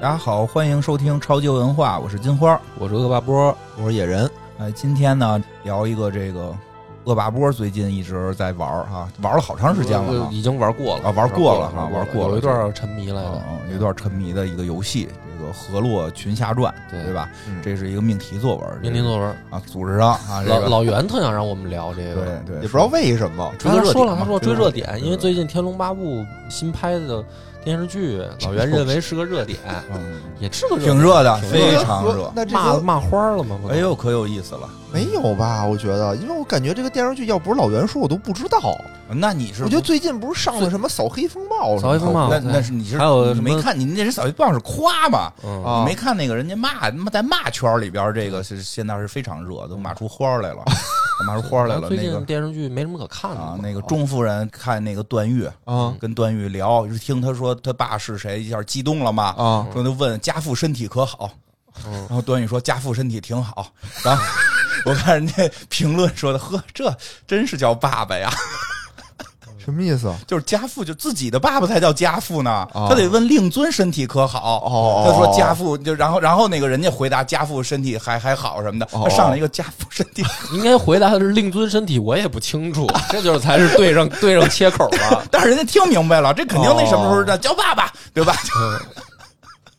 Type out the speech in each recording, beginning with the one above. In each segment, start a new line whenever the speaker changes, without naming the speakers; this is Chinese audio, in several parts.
大家好，欢迎收听超级文化，我是金花，
我是恶霸波，
我是野人。
哎，今天呢聊一个这个恶霸波最近一直在玩儿哈、玩了好长时间了
我
哈
已经玩过了
啊玩过了哈玩过了
有一段沉迷来的，
嗯，嗯有一段沉迷的一个游戏，这个《河洛群侠传》，
对
对吧？
嗯
这是一个命题作文，
命题作文。
文啊，组织上啊，这
老
个
老袁特想让我们聊这个，
对对，
也不知道为什么，
追
他
个热
啊说
点
了，
嘛
他说
追
追
个
热
热
点，
点
因为最近《天龙八部》新拍的电 视剧，老袁认为是个热点，
嗯
也是个热嗯
挺
点，
热的，
挺
非常热
那这
骂
个
骂花了吗？不都
哎呦，可有意思了。
没有吧？我觉得，因为我感觉这个电视剧要不是老袁说，我都不知道。
那你是
我觉得最近不是上了什么《扫黑风暴》什么
扫黑
的？
风暴
那那是你是
还有
你
什么
没看你那是小一棒是夸嘛？
嗯
啊
你没看那个人家骂，他妈在骂圈里边儿这个是现在是非常热，都骂出花儿来 了，骂出花儿来了。
最
那
近
个
电视剧没什么可看的
啊
哦嘛，
那个钟夫人看那个段誉，
嗯
啊
跟段誉聊，就听他说他爸是谁，一下激动了嘛，
啊！
说他问家父身体可好，
嗯
然后段誉说家父身体挺好，然后 我看人家评论说的，呵，这真是叫爸爸呀。
什么意思？
就是家父，就自己的爸爸才叫家父呢，
哦
他得问令尊身体可好。
哦
他说家父就然后然后那个人家回答家父身体还还好什么的，
哦
他上了一个家父身体，
应该回答的是令尊身体，我也不清楚，这就是才是对上 对上切口了。
但是人家听明白了，这肯定那什么时候
哦
的叫爸爸，对吧？就
嗯，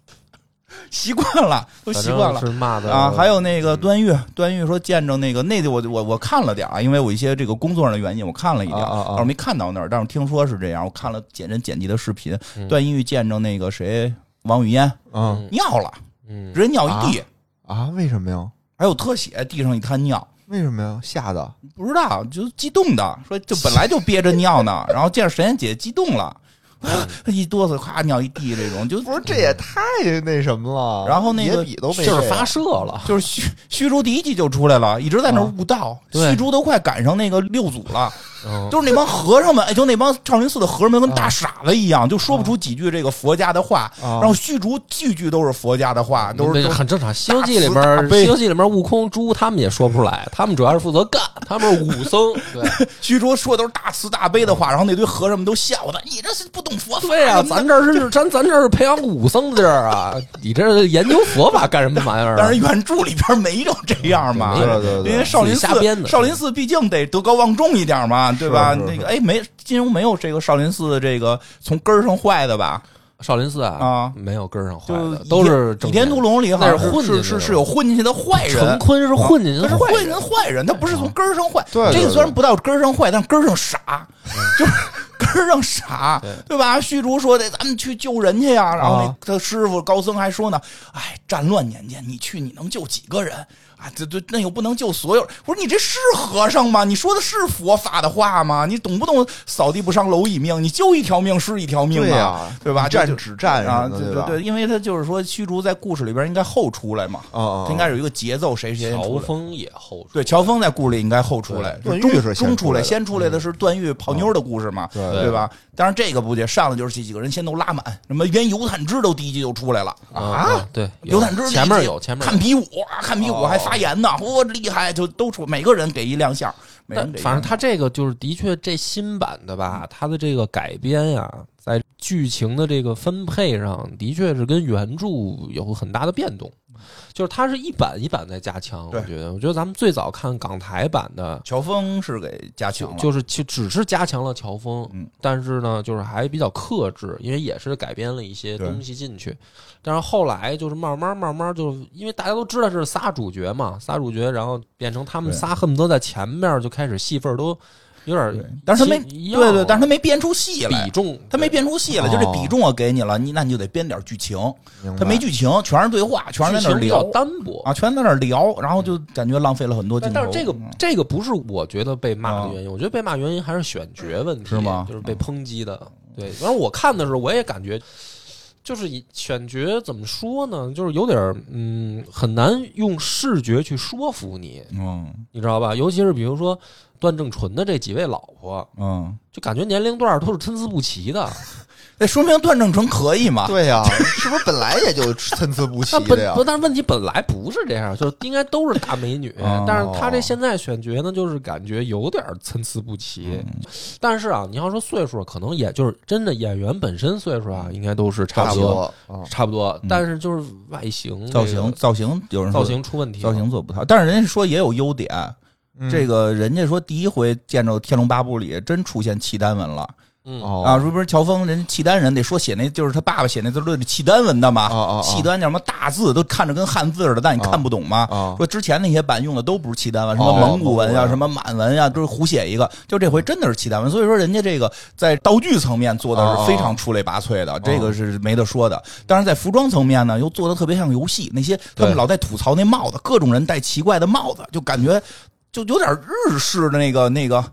习惯了， 都
反
习
正
惯了
是。骂的
啊，还有那
嗯
个段誉，段誉说见着那个那我我我看了点啊，因为我一些这个工作上的原因，我看了一点，
啊啊啊
但是没看到那儿，但是听说是这样，我看了剪人剪辑的视频，
嗯
段誉见着那个谁王语嫣
啊
尿了，
嗯，
人尿一地，
啊！为什么呀？
还有特写，地上一滩尿，
为什么呀？吓的！
不知道就激动的说，就本来就憋着尿呢， 然后见着神仙姐激动了，啊一哆嗦，咵尿一地这种，就
不是，这也太那什么了。
然后那个
野比都
就
没
是
这
发
样
射了，
就是虚虚竹第一季就出来了，一直在那儿悟道，
哦对
虚竹都快赶上那个六祖了，
嗯，
就是那帮和尚们，哎，就那帮少林寺的和尚们跟
哦
大傻子一样，就说不出几句这个佛家的话，
啊
然后虚竹句句都是佛家的话，都是
那
都是
很正常。《西游记》里边
大
儿，
慈
《
大悲
西游记》里边儿，悟空、猪他们也说不出来，他们主要是负责干，他们是武 僧。对
虚竹说的都是大慈大悲的话，然后那堆和尚们都笑他，你这是不懂佛法，
对呀、
你
咱这儿是咱咱这儿是培养武僧的地儿啊，你这是研究佛法干什么玩意儿
但
啊
是？原著里边没有这样嘛，
对
嗯对对对
因为少林
自己瞎编
寺
的
少林寺毕竟得德高望重一点嘛，对吧？
是是
那个哎，没金庸没有这个少林寺的这个从根儿上坏的吧？
少林寺啊，
啊
没有根儿上坏
就
的，都是
倚
正
天
面
屠龙里好
那
像
是混进去
是
的
是是有混进去的坏
陈
人。
坤是混进去
他哦是
的
坏
人，
人，坏人，他不是从根儿上坏。
对对
这个
对嗯
虽然不到根儿上坏，但是根儿上傻，就是 根儿上傻，对吧？虚竹说的，咱们去救人去呀。然后
啊
那他师傅高僧还说呢，哎，战乱年间你去，你能救几个人？啊，这这那又不能救所有人。我说你这是和尚吗？你说的是佛法的话吗？你懂不懂？扫地不伤蝼蚁命，你救一条命是一条命
对
啊
呀，
对吧？
一战
这就
止战什么
啊，
的
对
对吧
对，因为他就是说虚竹在故事里边应该后出来嘛，
啊啊！
他应该有一个节奏，谁谁先出
乔
来。
峰也后
对，乔峰在故事里应该后出来，
对
中
段誉是先
中
出
来，
来的嗯哦
先出来的是段誉泡妞的故事嘛，
对
对吧？当然这个不也上来就是这几个人先都拉满，什么原尤坦之都第一集就出来了
啊，嗯对，有
尤坦之第一集
前面有前面有
看比武啊，看比武
哦
还发言呢，嚯厉害，就都出每个人给一亮相，每
但
人给嗯一
反正
亮
他这个就是的确，这新版的吧，它的这个改编呀、在剧情的这个分配上，的确是跟原著有很大的变动。就是它是一版一版在加强，我
嗯对
觉得，我觉得咱们最早看港台版的，
乔峰是给加强了，
就是其只是加强了乔峰，
嗯
但是呢，就是还比较克制，因为也是改编了一些
对
东西进去。但是后来就是慢慢慢慢就，因为大家都知道这是仨主角嘛，仨主角，然后变成他们
对
仨恨不得在前面就开始戏份儿都有
对
点，
但是他没
一样
对对，但是他没编出戏来
比。重
他没
对哦
编出戏来，就这比重我给你了，你那你就得编点剧情。
明白
他没剧情，全是对话，全是
嗯剧
在那儿
情比较
聊
单薄。
啊，全在那儿聊，然后就感觉浪费了很多镜
但
头。
但是这个
嗯啊
这个不是我觉得被骂的原因，我觉得被骂原因还是选角问题，
是吗嗯
就是被抨击的。对，反正我看的时候我也感觉，就是以选角怎么说呢，就是有点儿嗯很难用视觉去说服你，
嗯
你知道吧？尤其是比如说段正淳的这几位老婆，
嗯，
就感觉年龄段儿都是参差不齐的。
那说明段正淳可以嘛？
对呀、是不是本来也就参差不齐
那
的呀
本不，？但是问题本来不是这样，就是应该都是大美女
哦，
但是她这现在选角呢，就是感觉有点参差不齐。
嗯
但是啊，你要说岁数，可能也就是真的演员本身岁数啊，应该都是差
差
不
不
多，
多啊。
差不多。但是就是外形、
嗯造型
这
造型有人
个
说
造型出问题了，
造型做不好，但是人家说也有优点。
嗯
嗯
这个人家说第一回见着《天龙八部》里真出现契丹文了
嗯
哦
啊！是不是乔峰人家契丹人得说写那就是他爸爸写那字论契丹文的嘛？
哦哦哦
契丹叫什么大字都看着跟汉字似的，但你
哦
看不懂嘛？
啊
说之前那些版用的都不是契丹文，什么
哦
蒙古文呀、
蒙古文
什么满文呀、都是胡写一个。就这回真的是契丹文，所以说人家这个在道具层面做
哦
的是非常出类拔萃的，这个是没得说的。但是在服装层面呢，又做的特别像游戏，那些他们
对
老在吐槽那帽子，各种人戴奇怪的帽子，就感觉。就有点日式的那个那个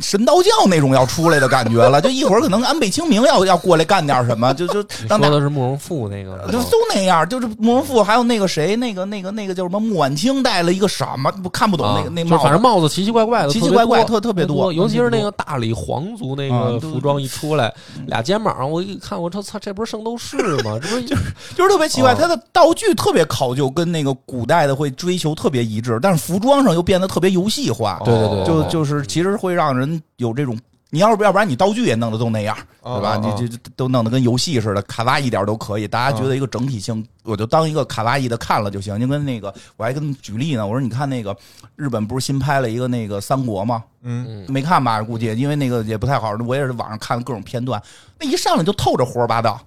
神道教那种要出来的感觉了，就一会儿可能安倍晴明要要过来干点什么，就就
你
让大
说的是慕容复那个
呃就都那样，就是慕容复，还有那个谁，那个那个那个叫什么穆婉清戴了一个什么，不看不懂那个、
啊
那
就
帽
反正
子，
帽子奇奇怪怪的，
奇奇怪怪特
特
特别多
多，尤其
特
是
别
那
多
个大理皇族那
啊
个
对
服装一出来，俩肩膀我一看，我操操，这不是圣斗士吗？这不是
就是特别奇怪，
啊
它的道具特别考究，跟那个古代的会追求特别一致，但是服装上又变得特别游戏化，
对对对
就
对
就是其实会让人有这种。你要是要不然你道具也弄得都那样，对
哦
吧？你这都弄得跟游戏似的，卡哇伊一点都可以。大家觉
嗯
得一个整体性，我就当一个卡哇伊的看了就行。就跟那个，我还跟举例呢，我说你看那个日本不是新拍了一个那个三国吗？
嗯，
没看吧？估计因为那个也不太好，我也是网上看各种片段，那一上来就透着胡说八道，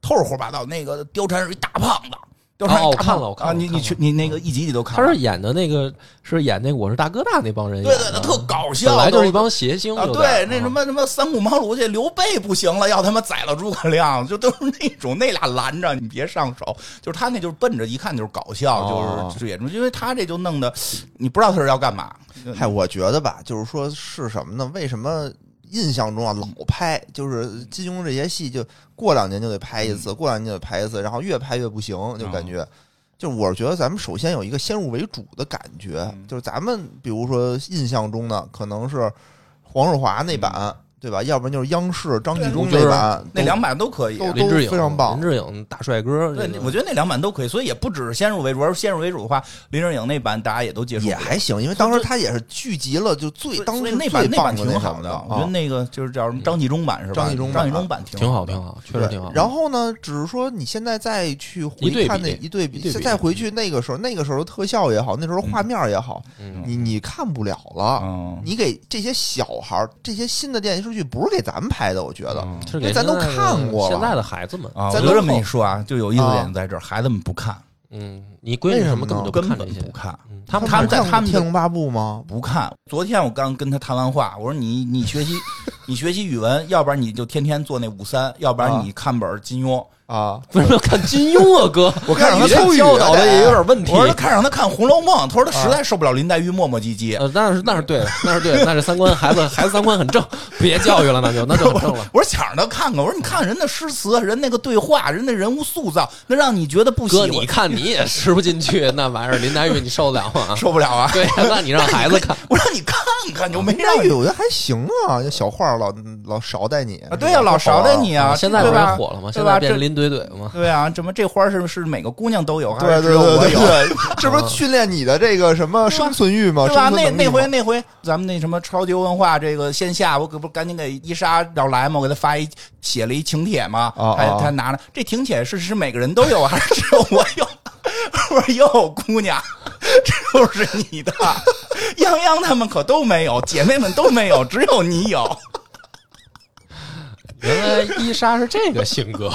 透着胡说八道。那个貂蝉是一大胖子，貂蝉是一大胖子、
哦我看了我看了
啊，你
我看
你
了
去你那个一集你都看
他
了，
是演的那个是演那个我是大哥大那帮人演
对对对，
的，
特搞笑，
本来就是一
都
帮谐星
啊，
有点
对，
儿，
那什
啊
么什么三顾茅庐去，刘备不行了，要他妈宰了诸葛亮，就都是那种那俩拦着你别上手，就是他那就是奔着一看就是搞笑，就
哦
是这种，因为他这就弄得你不知道他是要干嘛，
嗨，我觉得吧，就是说是什么呢？为什么印象中啊老拍，就是金庸这些戏，就过两年就得拍一次，过两年就得拍一次，然后越拍越不行，就感觉。就是我觉得咱们首先有一个先入为主的感觉，就是咱们比如说印象中呢，可能是黄日华那版，对吧？要不然就是央视张纪中那版，
那
都
两版都可以，啊
都
林志颖
非常棒
林志颖大帅哥，
对
这，个
我觉得那两版都可以，所以也不只是先入为主，而是先入为主的话，林正颖那版大家也都接受
也
不了
还行，因为当时他也是聚集了就
所
最
以
当
所以
时
那版
最
那
棒
版
的
挺
什
好
么
的
的，，
我觉得
啊
那个就是叫什么张纪中版是吧？
张纪中版
张纪中版挺
挺
好
好
的
挺。好，确
对，
实挺好。嗯
然后呢，只是说你现在再去回
一对比
看那一对比，
一对比
再回去那个时候，那个时候特效也好，那时候画面也好，
嗯
你你看不了了。
嗯，
你给这些小孩儿，这些新的电视剧不是给咱们拍的，我觉
嗯
得。
是给
那咱都
现在的
看过了
现在的孩子们，
啊，我
咱
就
都
这么
后
一说啊，就有意思的
啊
点在这儿，孩子们不看，
嗯，你闺女什么根本就
根
看
本
这些
不，看。
嗯他们
他
们
们在
看过
他们
《天龙八部》吗？
不看。昨天我刚跟他谈完话，我说你你学 习你学习语文，要不然你就天天做那五三，要不
啊
然你看本儿金 庸。
啊，
为什么要看金庸啊， 哥？
我看
你
着他
这
抽
教
语
导
得
的也有点问题。
啊我说看让他看《红楼梦》，他说他
啊
实在受不了林黛玉磨磨唧唧。
呃，那是那是对的，那是对的，那是三观，孩子孩子三观很正，别教育了，那就那就很正了。
我说抢着他看看，我说你看人的诗词，人那个对话，人的人物塑造，那让你觉得 不喜
哥，
欢，？
你看你也吃不进去那玩意儿，林黛玉你受得了吗
受不了啊！
对呀，那你让孩子看，
我让你看看，你就 没
林
让
黛
你
玉我觉得还行啊，小画儿老老捎带你
啊，对呀、老勺带你啊，
现在不
对
是也
吧？
火了吗？
对
现
吧
在变
这
成林怼怼 了吗？
对啊，怎么这花是是每个姑娘都有，还
对
是只
对
有
对
我
对
有？
对，这不是训练你的这个什么生存欲吗？
对吧？
生存
那
能力
那
吗
回那回咱们那什么超级文化这个线下，我可不赶紧给伊莎要来嘛，我给她发一写了一请帖嘛，
哦
她
哦
她拿了这请帖是是每个人都有啊还是只有我有？ 我说哟，姑娘，这就是你的。泱泱他们可都没有，姐妹们都没有，只有你 有。
原来伊莎是这个性 格，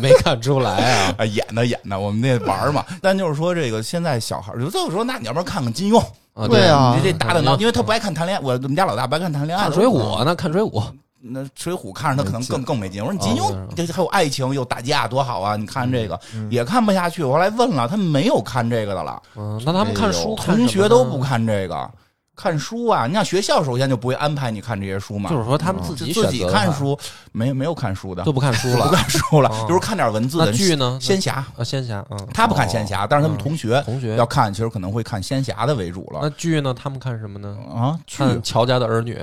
没看出来啊。
啊，演的演的，我们那玩儿嘛。但就是说，这个现在小孩儿，有时候说，那你要不然看看金庸，
啊
对啊
你这
嗯
打打闹，
嗯
因为他不爱看谈恋爱，我我们家老大不爱看谈恋爱
看
的。
水浒呢，看 水浒，
那水浒看着他可能更更没劲。我说你
啊
金庸
我
这还有爱情，有打架，多好啊！你看这个也看不下去。我后来问了，他们没有看这个的了，哎
嗯，那他们看书，看什么
同
呢
学都不。看这个。看书啊，你像学校首先就不会安排你看这些书嘛，嗯
就是说他们自己
自己
选择的
看
话
书，没没有看书的，
都不看书
不
了。
看书了，
哦
就是看点文字
那
的
剧呢？
仙侠，
啊，仙侠，嗯，哦
他不看仙侠，但是他们同学
同学
要看，其实可能会看仙侠的为主
那
了
剧呢？他们看什么呢？
啊。剧
看乔家的儿女，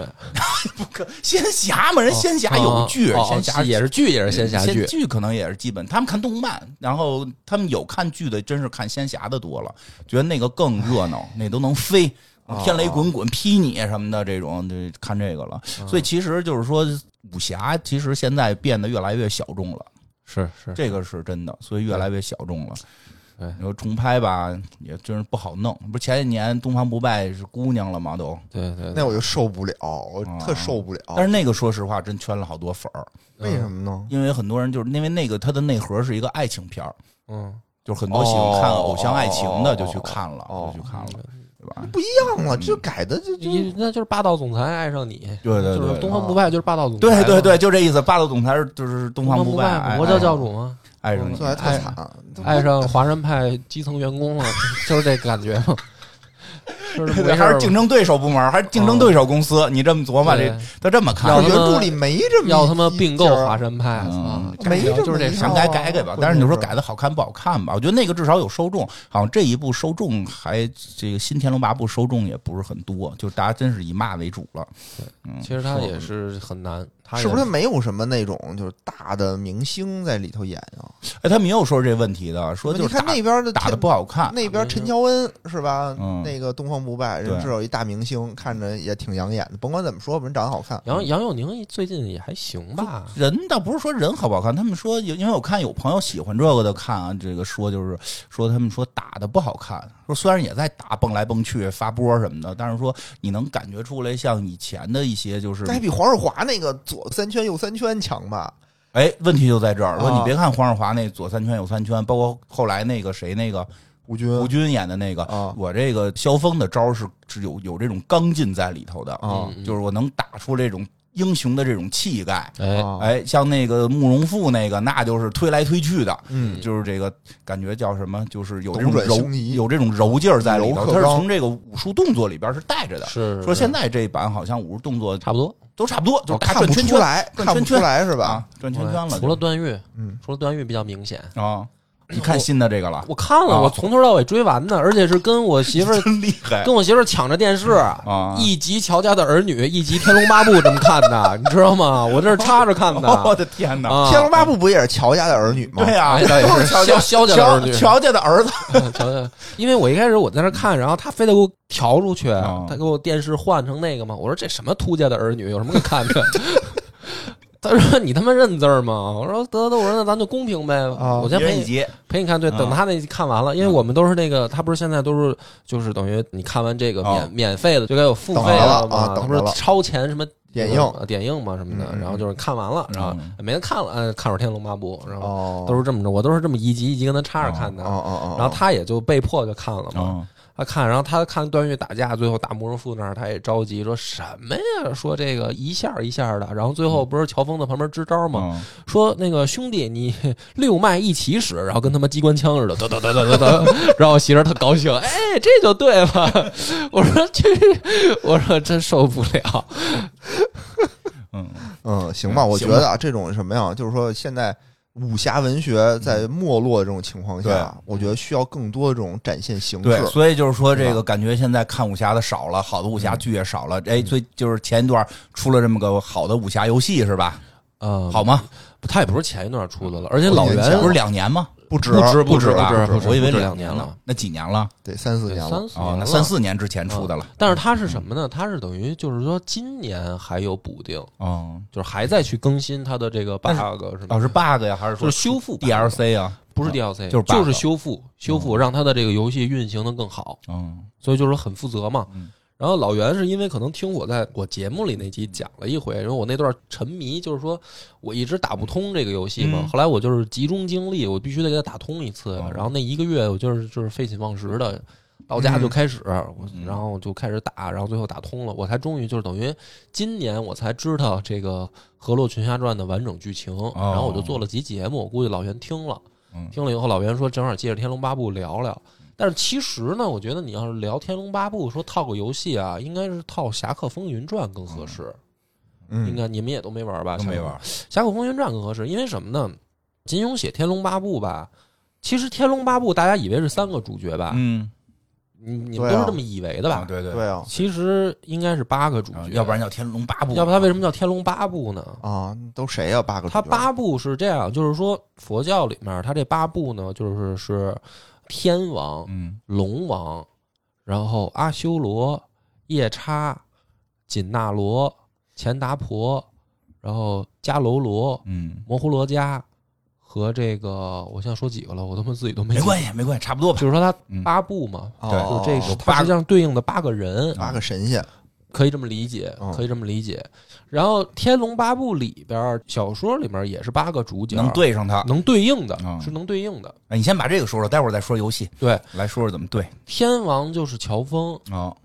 不可仙侠嘛，人仙侠有剧，
哦哦
仙侠
也是剧，也是仙侠
仙
剧。
剧可能也是基本，他们看动漫，然后他们有看剧的，真是看仙侠的多了，觉得那个更热 闹，那都能飞，
啊
天雷滚滚劈你什么的这种， 就看这个了。
嗯
所以其实就是说，武侠其实现在变得越来越小众了，
是是，
这个是真的，所以越来越小众了。
对
你说重拍吧，也真是不好弄。不是前几年《东方不败》是姑娘了吗？都，
对对对。
那我就受不了，我
啊
特受不了。
但是那个说实话真圈了好多粉儿，
嗯
为什？么呢？
因为很多人就是因为那个它的内核是一个爱情片儿，
嗯，
就是很多喜欢看
哦
偶像爱情的
哦
就去看了，
哦
就去看了，对吧？
不一样了，这改的就就
你那就是霸道总裁爱上你，
对对
就是
对，
东方不败就是霸道总裁嘛，
对对对，就这意思。霸道总裁是就是东
东
方
方
不哎
败嘛
爱
魔
爱
教教主嘛，
爱哎上你，
做的特
哎
爱
惨，
爱上华人派基层员工了，就是这感觉 嘛，就 是
对还是哦竞争对手部门，还是竞争对手公司？你这么琢磨，
对
这他这么
要
看
我
他
原
妈
著里没这么
要
一
他妈
一
并购
家儿
华山派，
嗯
操
没这么
就是这
一
事儿
套
想改改改吧
关，键
但是你说
是
改的好看不好看吧？我觉得那个至少有受众，好像这一部受众还这个新《天龙八部》受众也不是很多，就大家真是以骂为主了。嗯，
其实他也是很难，他也
是不是？没有什么那种就是大的明星在里头演啊？
哎，他们也有说这问题的，说就
你
是
看
打
那边的
打的
天
不好看，
那边陈乔恩是吧？
嗯
那个东方不败，
对
人至少一大明星，看着也挺养眼的。甭管怎么说，人长得好看。
杨杨佑宁最近也还行吧，
人倒不是说人好不好看，他们说有，因为我看有朋友喜欢这个的看啊，这个说就是说他们说打的不好看，说虽然也在打蹦来蹦去发波什么的，但是说你能感觉出来像以前的一些就是
这还比黄日华那个左三圈右三圈强吧？
哎，问题就在这儿。说
啊
你别看黄日华那左三圈右三圈，包括后来那个谁那个
吴军
吴军演的那个，
啊
我这个萧峰的招儿是是有有这种刚劲在里头的，
啊
嗯
就是我能打出这种英雄的这种气概。
哎，
啊，
哎，像那个慕容复那个，那就是推来推去的，
嗯，
就是这个感觉叫什么，就是有这种
斗转
柔
星移
有这种柔劲儿在里头，
柔克
它是
刚
从这个武术动作里边是带着的。
是
说现
在
在这一版好像武术动作
差不多
都差不多，就
我
是大
哦看
转
不
圈
出
圈
来，
转
看不
圈
出
圈
来是吧？
啊，转圈圈了。
哎除了段誉，
嗯，
除了段誉比较明显。
啊，你看新的这个了，
我看了，
啊
我从头到尾追完的，而且是跟我媳 妇儿
真厉害
跟我媳妇儿抢着电视，
啊！
一集《乔家的儿女》，一集《天龙八部》这么看 的，你知道吗？我这是插着看的。
哦
我的天哪！
啊
天龙八部》不也是乔家的儿女吗？
对呀，
哎
都是
萧萧家的儿女
乔家的儿子，
乔家， 因为我一开始我在那看，然后他非得给我调出去，
哦
啊
他给我电视换成那个嘛。我说这什么秃家的儿女，有什么可看的？ 他说你他妈认字儿吗？我说得得，我说那咱就公平呗，
啊
我
一人
先陪
一
你
集
陪你看。
哦
对，
啊
等他那看完了，因为我们都是那个，他不是现在都是就是等于你看完这个免
哦
免费的，就该有付
等
费
着了
嘛
啊，
他
等
不
着
是
了
超前什么
点映
呃点映嘛什么的，
嗯嗯
然后就是看完了，然后
嗯
没人看了，哎看会儿《天龙八部》，然后
哦，
都是这么着，我都是这么一集一集跟他插着看的
哦。哦哦，
然后他也就被迫就看了嘛，
啊
他看，然后他看段誉打架，最后打慕容复那儿，他也着急，说什么呀？说这个一下一下的，然后最后不是乔峰在旁边支招嘛，
嗯
说那个兄弟你 六脉一起使，然后跟他妈机关枪似的，得得得得得得， 然后我媳妇儿特高兴，哎，这就对了。 我说这，我说真受不了，
嗯，
嗯，行吧，我觉
行
得啊，这种什么呀，就是说现在武侠文
嗯
学在没落的这种情况下
对，
我觉得需要更多这种展现形
对，
式。
所以就是说，这
是
个感觉现在看武侠的少了，好的武
嗯
侠剧也少了。哎，最就是前一段出了这么个好的武侠游戏是吧？
嗯，
好，吗？
他也不是前一段出的了，而且老袁
不是两年吗？
不止
不止
不
止
吧
不止不止，
我以为
不止
两
两年了，，
那几年了？
对三四
对
年了，
三四
哦
年，
那
了
三四年之前出的了。
但是它是什么呢？它是等于就是说今年还有补丁，
哦，
就是还在去更新它的这个 bug
但是
什么
哦，是 bug 呀，还是
就
说
是修复 bug
DLC 啊？
不是 DLC，
就是 bug
就是修复修复，让它的这个游戏运行的更好，
嗯
所以就是很负责嘛
嗯。
然后老袁是因为可能听我在我节目里那集讲了一回，因为我那段沉迷，就是说我一直打不通这个游戏嘛
嗯。
后来我就是集中精力，我必须得给它打通一次
哦。
然后那一个月我就是就是废寝忘食的，到家就开始，
嗯
我然后就开始打，然后最后打通了，我才终于就是等于今年我才知道这个《河洛群侠传》的完整剧情。然后我就做了集节目，估计老袁听了
哦嗯，
听了以后老袁说正好借着《天龙八部》聊聊。但是其实呢，我觉得你要是聊《天龙八部》，说套个游戏啊，应该是套《侠客风云传》更合适。应
嗯，
该你们也都没玩吧？
都没玩
《侠客风云传》更合适，因为什么呢？金庸写《天龙八部》吧，其实《天龙八部》大家以为是三个主角吧？
嗯，
你你
对
们
啊
都是这么以为的吧？
啊对对
对啊，
其实应该是八个主
啊
角，
要不然叫《天龙八部》，
要不它为什么叫《天龙八部》呢？
啊，都谁呀？八个主
它
角
八部是这样，就是说佛教里面它这八部呢，就是是天王、
嗯
龙王，然后阿修罗、夜叉、紧那罗、钱达婆，然后迦楼罗、
嗯，
摩呼罗伽和这个，我现在说几个了，我他妈自己都没
没
记
关系没关系，差不多吧。
就是说它
嗯
八部嘛，
对
哦
就这
哦
个
哦
它实际上对应的八个人，
啊
八个神仙
可以这么理解
嗯，
可以这么理解。然后《天龙八部》里边儿小说里面也是啊八个主角，
能对上它。
能对应的
嗯
是能对应的。
哎，你先把这个说说，待会儿再说游戏，
对，
来说说怎么对
天王就是乔峰，
哦，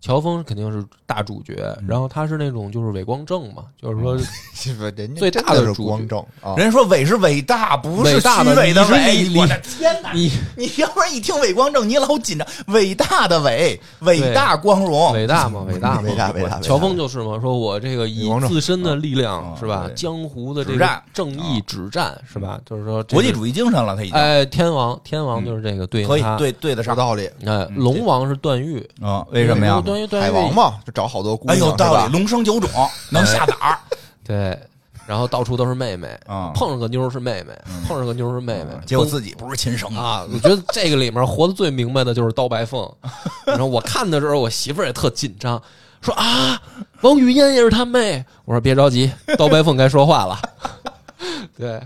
乔峰肯定是大主角，
嗯
然后他是那种就是伪光正嘛，就是说
这不人家
最
真
大的
是
主
光
角
正啊，
人家说伟是伟大，不是
伟哦大
虚
的
伪
你是
伟。
你
我的天哪！
你
你要不然一听伟光正，你老紧张。伟大的伟，伟大光荣，
伟大嘛，伟大嘛
伟。大伟大，
乔峰就是嘛，说我这个以
伪光正
自身的
啊
力量是吧
对，
江湖的这
指战嗯
个正义指战是吧？就是说这
国
个
际主义精神了，他已经
哎，天王天王就是这个对
可以
应他。
对嗯对得
有
上
道理，
哎，龙王是段誉，
啊？为什么呀？
段誉段誉
海王嘛，就找好多姑
哎，
娘
有
是
道
吧
理，龙生九种，
哎
能下胆 儿
对，然后到处都是妹妹，
啊。
碰上个妞儿是妹妹，碰上个妞儿是妹妹，
嗯结果
都
自己不是亲生的
啊，我觉得这个里面活得最明白的就是刀白凤。然后我看的时候，我媳妇儿也特紧张，说啊，王语嫣也是他妹。我说别着急，刀白凤该说话了。 对，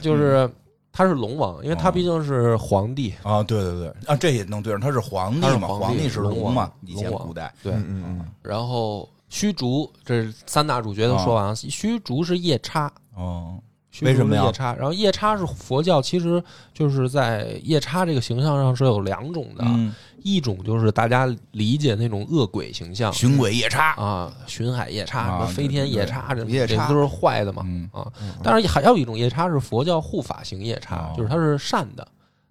就是他是龙王，因为
哦
他毕竟是皇帝。
啊！对对对啊，这也能对上，他是皇帝
他是
嘛，
皇帝
皇帝是龙
龙
嘛
王，
以前
龙王
古代
对，
嗯嗯嗯，
然后虚竹这是三大主角都说完了，虚竹是夜叉。
哦，
虚
为
竹
什么
是
呀
夜叉，然后夜叉是佛教，其实就是在夜叉这个形象上是有两种的，
嗯，
一种就是大家理解那种恶鬼形象
寻鬼夜叉，
啊，巡海夜叉、
啊
什么飞天夜叉，这
夜叉
这都是坏的嘛、
嗯
啊。当然还有一种夜叉是佛教护法型夜叉，
哦
就是它是善的，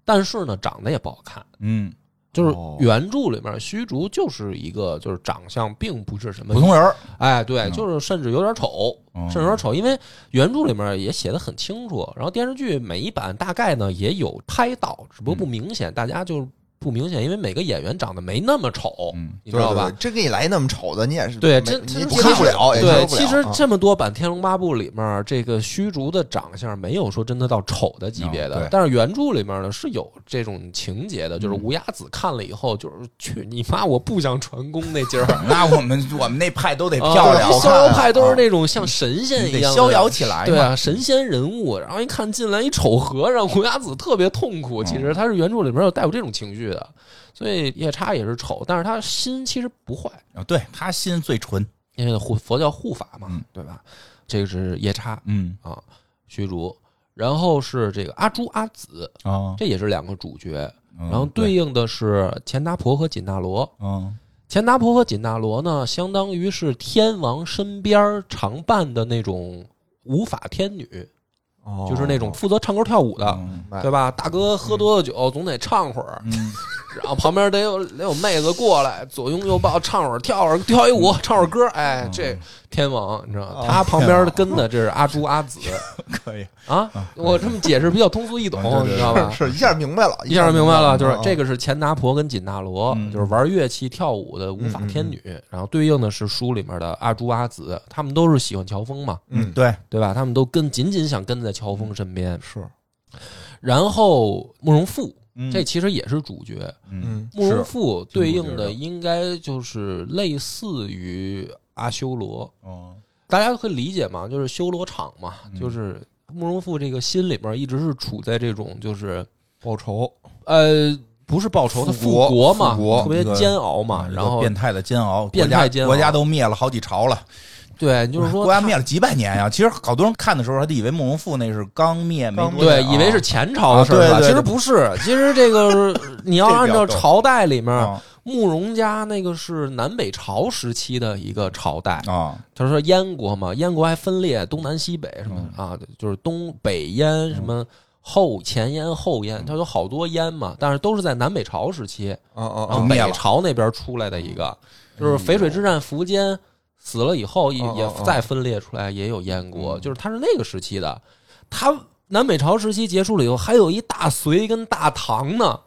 但是呢长得也不好看。
嗯，
就是
哦
原著里面虚竹就是一个就是长相并不是什么
普通人儿，
哎，对，
嗯
就是甚至有点丑，
嗯
甚至有点丑，因为原著里面也写的很清楚，然后电视剧每一版大概呢也有拍到，只不过不
嗯
明显，大家就是不明显，因为每个演员长得没那么丑，
嗯
你知道
对对
吧
对？真给你来那么丑的，你也是
对，
没
真
你
真
也
是
接受不了，也接
对，
受不了
其实
啊
这么多版《天龙八部》里面，这个虚竹的长相没有说真的到丑的级别
啊对嗯
的，但是原著里面呢是有这种情节的，就是无崖子看了以后，就是去你妈，我不想传功那 劲儿。
那我们我们那派都得
啊
哎漂亮，
逍
看
遥
啊
派都是那种像神仙
你
一
得
样的
逍遥起来
对
嘛，
啊，神仙人物，然后一看进来一丑和尚，无崖子特别痛
嗯
苦。其实他是原著里边有带有这种情绪的，所以夜叉也是丑，但是他心其实不坏，
啊，对他心最纯，
因为护佛教护法嘛
嗯，
对吧？这个是夜叉
嗯
啊，虚竹，然后是这个阿朱阿紫，
啊，
这也是两个主角，
然
然后对，应的是钱达婆和紧那罗。
嗯
钱达婆和紧那罗呢，相当于是天王身边常伴的那种无法天女，
哦
就是那种负责唱歌跳舞的。
嗯
哎
对吧？大哥喝多了酒，总得唱会儿，
嗯
然后旁边得有得有妹子过来，左拥右抱，唱会儿，跳会儿，跳一
嗯
舞，唱会儿歌。哎，这天王，你知道吗
哦
他旁边跟的这是阿朱阿 紫
可以，
啊。我这么解释比较通俗易懂
嗯嗯对，对
哦你
对
知道吧？
是一下明白了，嗯
一下就明白了，就是这
个
个是钱达婆跟紧那罗
嗯，
就是玩乐器跳舞的无法天女，然后对应的是书里面的阿朱阿紫，他们都是喜欢乔峰嘛，
嗯
对，
对吧？他们都跟紧紧想跟在乔
嗯
峰身边。
是
然后慕容复，
嗯
这其实也是主角，
嗯
嗯
慕容复对
是
应
我觉得
的应该就是类似于阿修罗，
哦
大家可以理解嘛，就是修罗场嘛，
嗯
就是慕容复这个心里边一直是处在这种就是
报仇
呃不是报仇，他
复
复
国
国嘛，
复国
特别煎熬嘛，
一个
然
嗯
后
变态的煎熬，
变
国家
态煎熬
国家都灭了好几朝了，
对，就是说
国家
他
灭了几百年呀、其实好多人看的时候，还得以为慕容复那是刚灭没
刚
多久
对，
啊
以为是前朝的事儿
啊
吧，
对对对
其实不是，其实这个 你要
这比
按
较
照
逗
朝代里面，
啊
慕容家那个是南北朝时期的一个朝代，
啊，
他说
嗯
燕国嘛，燕国还分裂东南西北什么的啊，就是东北燕什么。后前烟、后
嗯
烟，它有好多烟嘛，但是都是在南北朝时期，
哦
然
哦
后
嗯
就
北
灭了
朝那边出来的一个，就是淝水之战苻坚死了以后也
哦哦
也
哦
再分裂出来，也有燕国，
嗯
就是它是那个时期的。它南北朝时期结束了以后，还有一大隋跟大唐呢。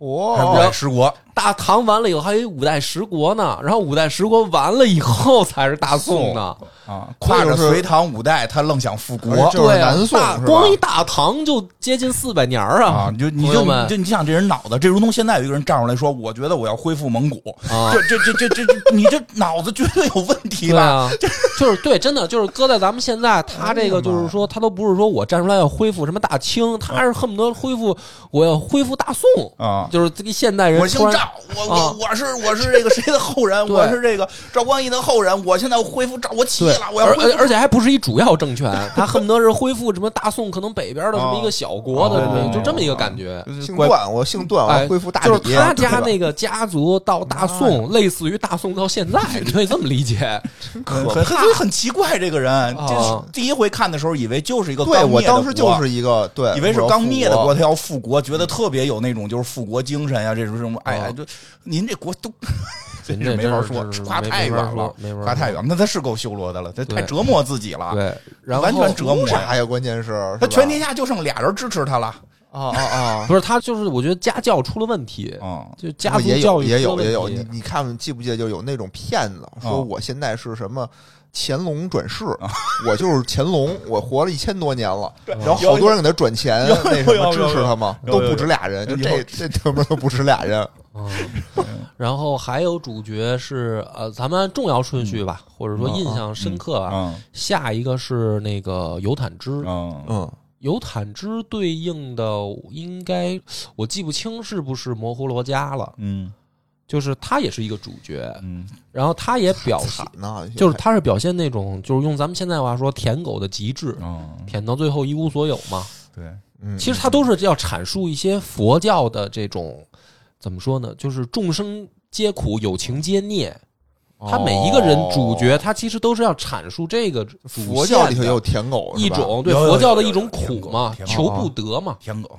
哦，
还是五
哇
代十国，
大唐完了以后，还有一五代十国呢，然后五代十国完了以后才是大宋呢。
啊，跨着隋唐五代，他愣想复
而
国
就是
对啊
南宋
大
是吧
光一大唐就接近四百年儿
啊
啊！！
你就你
朋
就
友
你
们
就你想这人脑子，这如同现在有一个人站出来说，我觉得我要恢复蒙古，
啊
这这这这这，你这脑子绝对有问题
对
吧？
啊，就是对，真的就是搁在咱们现在，
哎
他这个就是说，他都不是说我站出来要恢复什么大清，他是恨不得恢复我要恢复大宋，
啊，
就是这个现代人
我姓
突然
赵，我
啊
我我是我是这个谁的后人，
对
我是这个赵光义的后人，我现在恢复赵，我起义
对
了，，我要
而
恢复
而而且还不是一主要政权，他恨不得是恢复什么大宋可能北边的什么一个小国的
哦
什么，
哦
就这么一个感觉。
姓
怪
段，我姓
啊
段，我
哎
要恢复大理。
就是他家
对吧
那个家族到大宋，类似于大宋到现在，你可以这么理解。
很很很很奇怪，这个人，
啊
就是第一回看的时候以为就是一个
对
刚
我
灭的
当时就
国
是一个对，
以为是
我要
刚
复
灭的
国
嗯
国，他要复国，觉得特别有那种就是复国精神呀、这种这种，哎呀，
哦
就您这国都，
您
是
这
没法
真是
说
真，是
夸
没
太
没
远
法
了
说没法，
夸太
说
远了。那他是够修罗的了，他太
对
折磨自己了，
对，然后
完全折磨
为
呀。
啥呀？关键是
他全天
下
下就剩俩人支持他了，
啊啊啊！
不是他，就是我觉得家教出了问题，
嗯，
就家族
也
教
有
育
也
出
有
了
也有，
问
你
题
你看记不记得就有那种骗子
哦
说我现在是什么乾隆转世，我就是乾隆，我活了一千多年了，然后好多人给他转钱，
有有
那什
有有
么支持他嘛，
有有
都
有
不止俩人，就
有有
这这他妈都不止俩人，
嗯，然后还有主角是呃，咱们按重要顺序吧，或者说印象深刻啊。
嗯
下一个是那个尤坦之，
嗯
嗯，
尤坦之对应的应该我记不清是不是模糊罗家了，
嗯
就是他也是一个主角，
嗯，
然后他也 表现
惨，呐，
就是他是表现那种就是用咱们现在话说舔狗的极致，
嗯，
舔到最后一无所有嘛。
对，
嗯
其实他都是要阐述一些佛教的这种怎么说呢？就是众生皆苦，有情皆孽。
哦
他每一个人
哦
主角，他其实都是要阐述这个主
佛教里头
线的
也有舔狗是
一
吧
种对
有有有
佛教的一
有
种
有舔
苦
狗
嘛，
舔狗
求
啊
不得嘛，
舔狗，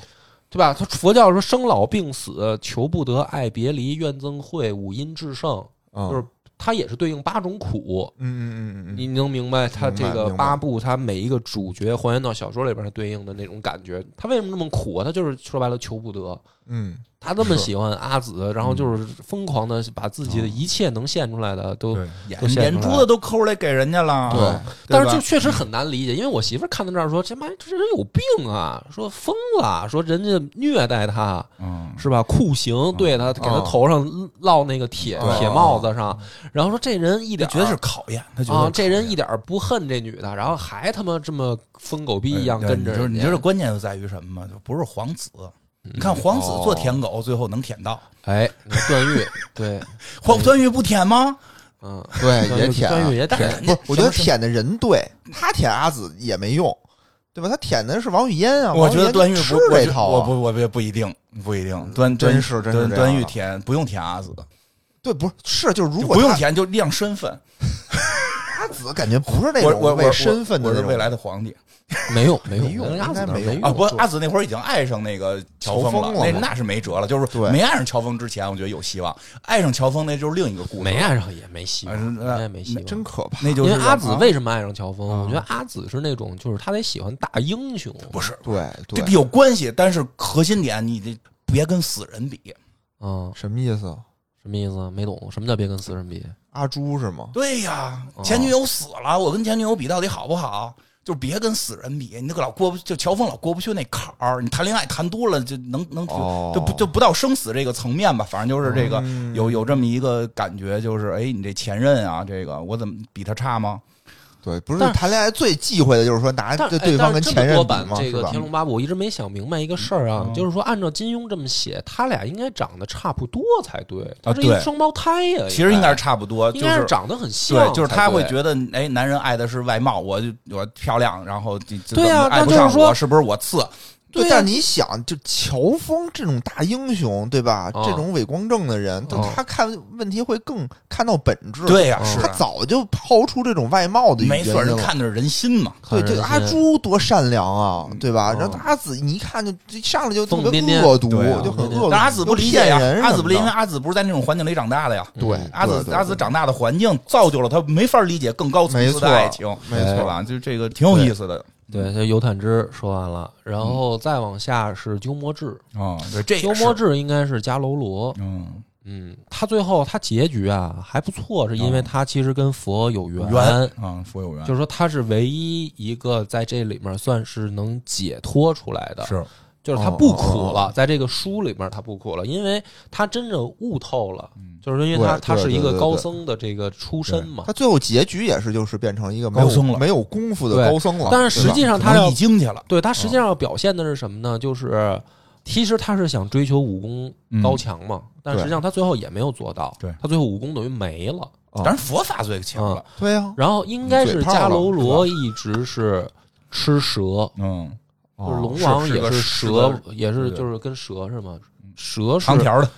对吧？他佛教说生老病死，求不得，爱别离，怨憎会，五阴炽盛，
嗯
就是它也是对应八种苦。
嗯嗯嗯嗯
你你能明白它这
明白
个
明白
八部，它每一个主角还原到小说里边儿对应的那种感觉，他为什么那么苦啊？他就是说白了求不得，
嗯
他那么喜欢阿紫，
嗯
然后就是疯狂的把自己的
哦
一切能献出来的都，
眼
都显出来
眼珠子都抠出来给人家了，
对
吧嗯
但是就确实很难理解，因为我媳妇儿看到这儿说：“这妈这人有病啊，说疯了，说人家虐待他
嗯哦
是吧？酷刑对他，给他头上烙那个铁
嗯
铁帽子上，然后说这人一
他
点儿
觉得是考验，他觉得
啊
是，
这
考
人
验
一点儿不恨这女的，然后还他妈这么疯狗逼一样
对
跟着
哎你就是
人
你
家，嗯
知道关键就在于什么吗？就不是皇子。你看皇子做舔狗，最后能舔到
哎，你看段誉 嗯对，
黄段誉不舔吗？
嗯，
对
哎
段
也
啊
誉
舔啊
段誉也
但
舔
是，
不是，我觉得
什么
舔的人对他舔阿紫也没用，对吧？他舔的是王语嫣啊，
我觉得
王
段
语
誉
嫣
不
吃，
我
这
觉
套啊、嗯
我不我不不一定不一定，段段誉
真是真是
段
这样的
段誉舔不用舔阿紫，
对，不是是就是如
就
果
不用
他
舔就亮身份。
阿紫，感觉不是那
我
种
我
为
我
身份的
我
那
是
种
未来的皇帝
没用没
哎
没用
人家
应该
怎么
没
没
用
啊！不，
就
阿紫那会儿已经爱上那个乔
乔
峰
峰
了，那
了
那是没辙了，就是
对
没爱上乔峰之前，我觉得有希望；爱上乔峰那就是另一个故事，
没爱上也没戏，
啊
应该没戏。
真可怕。
那
因
就是
为阿
要
紫
啊
为什么爱上乔峰？
啊
我觉得阿紫是那种，就是她得喜欢大英雄，
不是
对
这
对，
有关系，但是核心点你得别跟死人比。
嗯，
什么意思？
什么意思？啊没懂什么叫别跟死神比？
阿朱是吗？
对呀
哦，
前女友死了，我跟前女友比到底好不好？就别跟死人比，你那个老过不就乔峰老过不去那坎儿，你谈恋爱谈多了就能能
哦
就不就不到生死这个层面吧，反正就是这个
嗯
有有这么一个感觉，就是哎，你这前任啊，这个我怎么比他差吗？
对，不是
但是
谈恋爱最忌讳的就是说拿
但
对
哎
对方
但
跟
是
前任
这么多
比
版
嘛，
这
是
个《
吧
天？龙八部》，我一直没想明白一个事儿啊
嗯，
就是说按照金庸这么写，他俩应该长得差不多才对，他是一
啊对
个双胞胎呀。
其呃实应该是差不多，
应
就
该是
是。
长得很像才
对，
对，
就是他会觉得，哎，男人爱的是外貌，我就我漂亮，然后就就
对呀
怎么爱哎
那
不
就是
上
说
我，是不是我次？对呀
但是你想，就乔峰这种大英雄，对吧？
哦
啊
这种伟光正的人，
啊
他看问题会更看到本质。，
对呀、
嗯
是
他
啊
早就抛出这种外貌的
没
原因
错，人
了。
看的是人心嘛。
看
对，
着
这
这
阿
些
朱多善良啊，对吧？
嗯
哦
然后阿紫，你一看就这上来就特
疯
别
癫癫
恶毒，
对啊
就
疯
很
癫癫
恶毒。
但阿紫不理解
又
呀
骗人，什么的，
阿紫不理解，因为阿紫不是在那种环境里长大的呀。
对
嗯
阿
对
紫
对
阿紫
对
长大的环境造就了她没法理解更高层
没
次
错
的爱情，
没
对
错，
吧？就这个挺有意思的
对，这尤坦之说完了，然后再往下是鸠摩智，
啊。对，这
鸠
也
摩
是，
智应该是迦楼罗，
嗯，
嗯，他最后他结局啊还不错，是因为他其实跟佛有缘，嗯
缘啊，佛有缘
就是说他是唯一一个在这里面算是能解脱出来的，
是
就是他不
哦
苦
哦
了，在这个书里面他不苦了，因为他真正悟透了，就是因为
嗯对
他他
对
是一
对
个
对
高
对
僧的这个出
对
身嘛
他，最后结局也是就是变成一个没
高僧
有
了
没有功夫的
对
高僧了。
但是实际
对吧
上
他
他要
易经去了，
对他实际上
嗯
要表现的是什么呢？就是其实他是想追求武功
嗯
嗯
高强嘛，但实际上他最后也没有做到，
对
他最后武功等于没了。
当然佛法最强了，
对呀，
然后应该是
嘴炮
迦
了哦
楼罗一直是吃蛇，
嗯，
就是龙
是
王
是
也
个是
蛇，
个
也是
对
就是跟蛇是吗？
嗯
蛇是
长条的，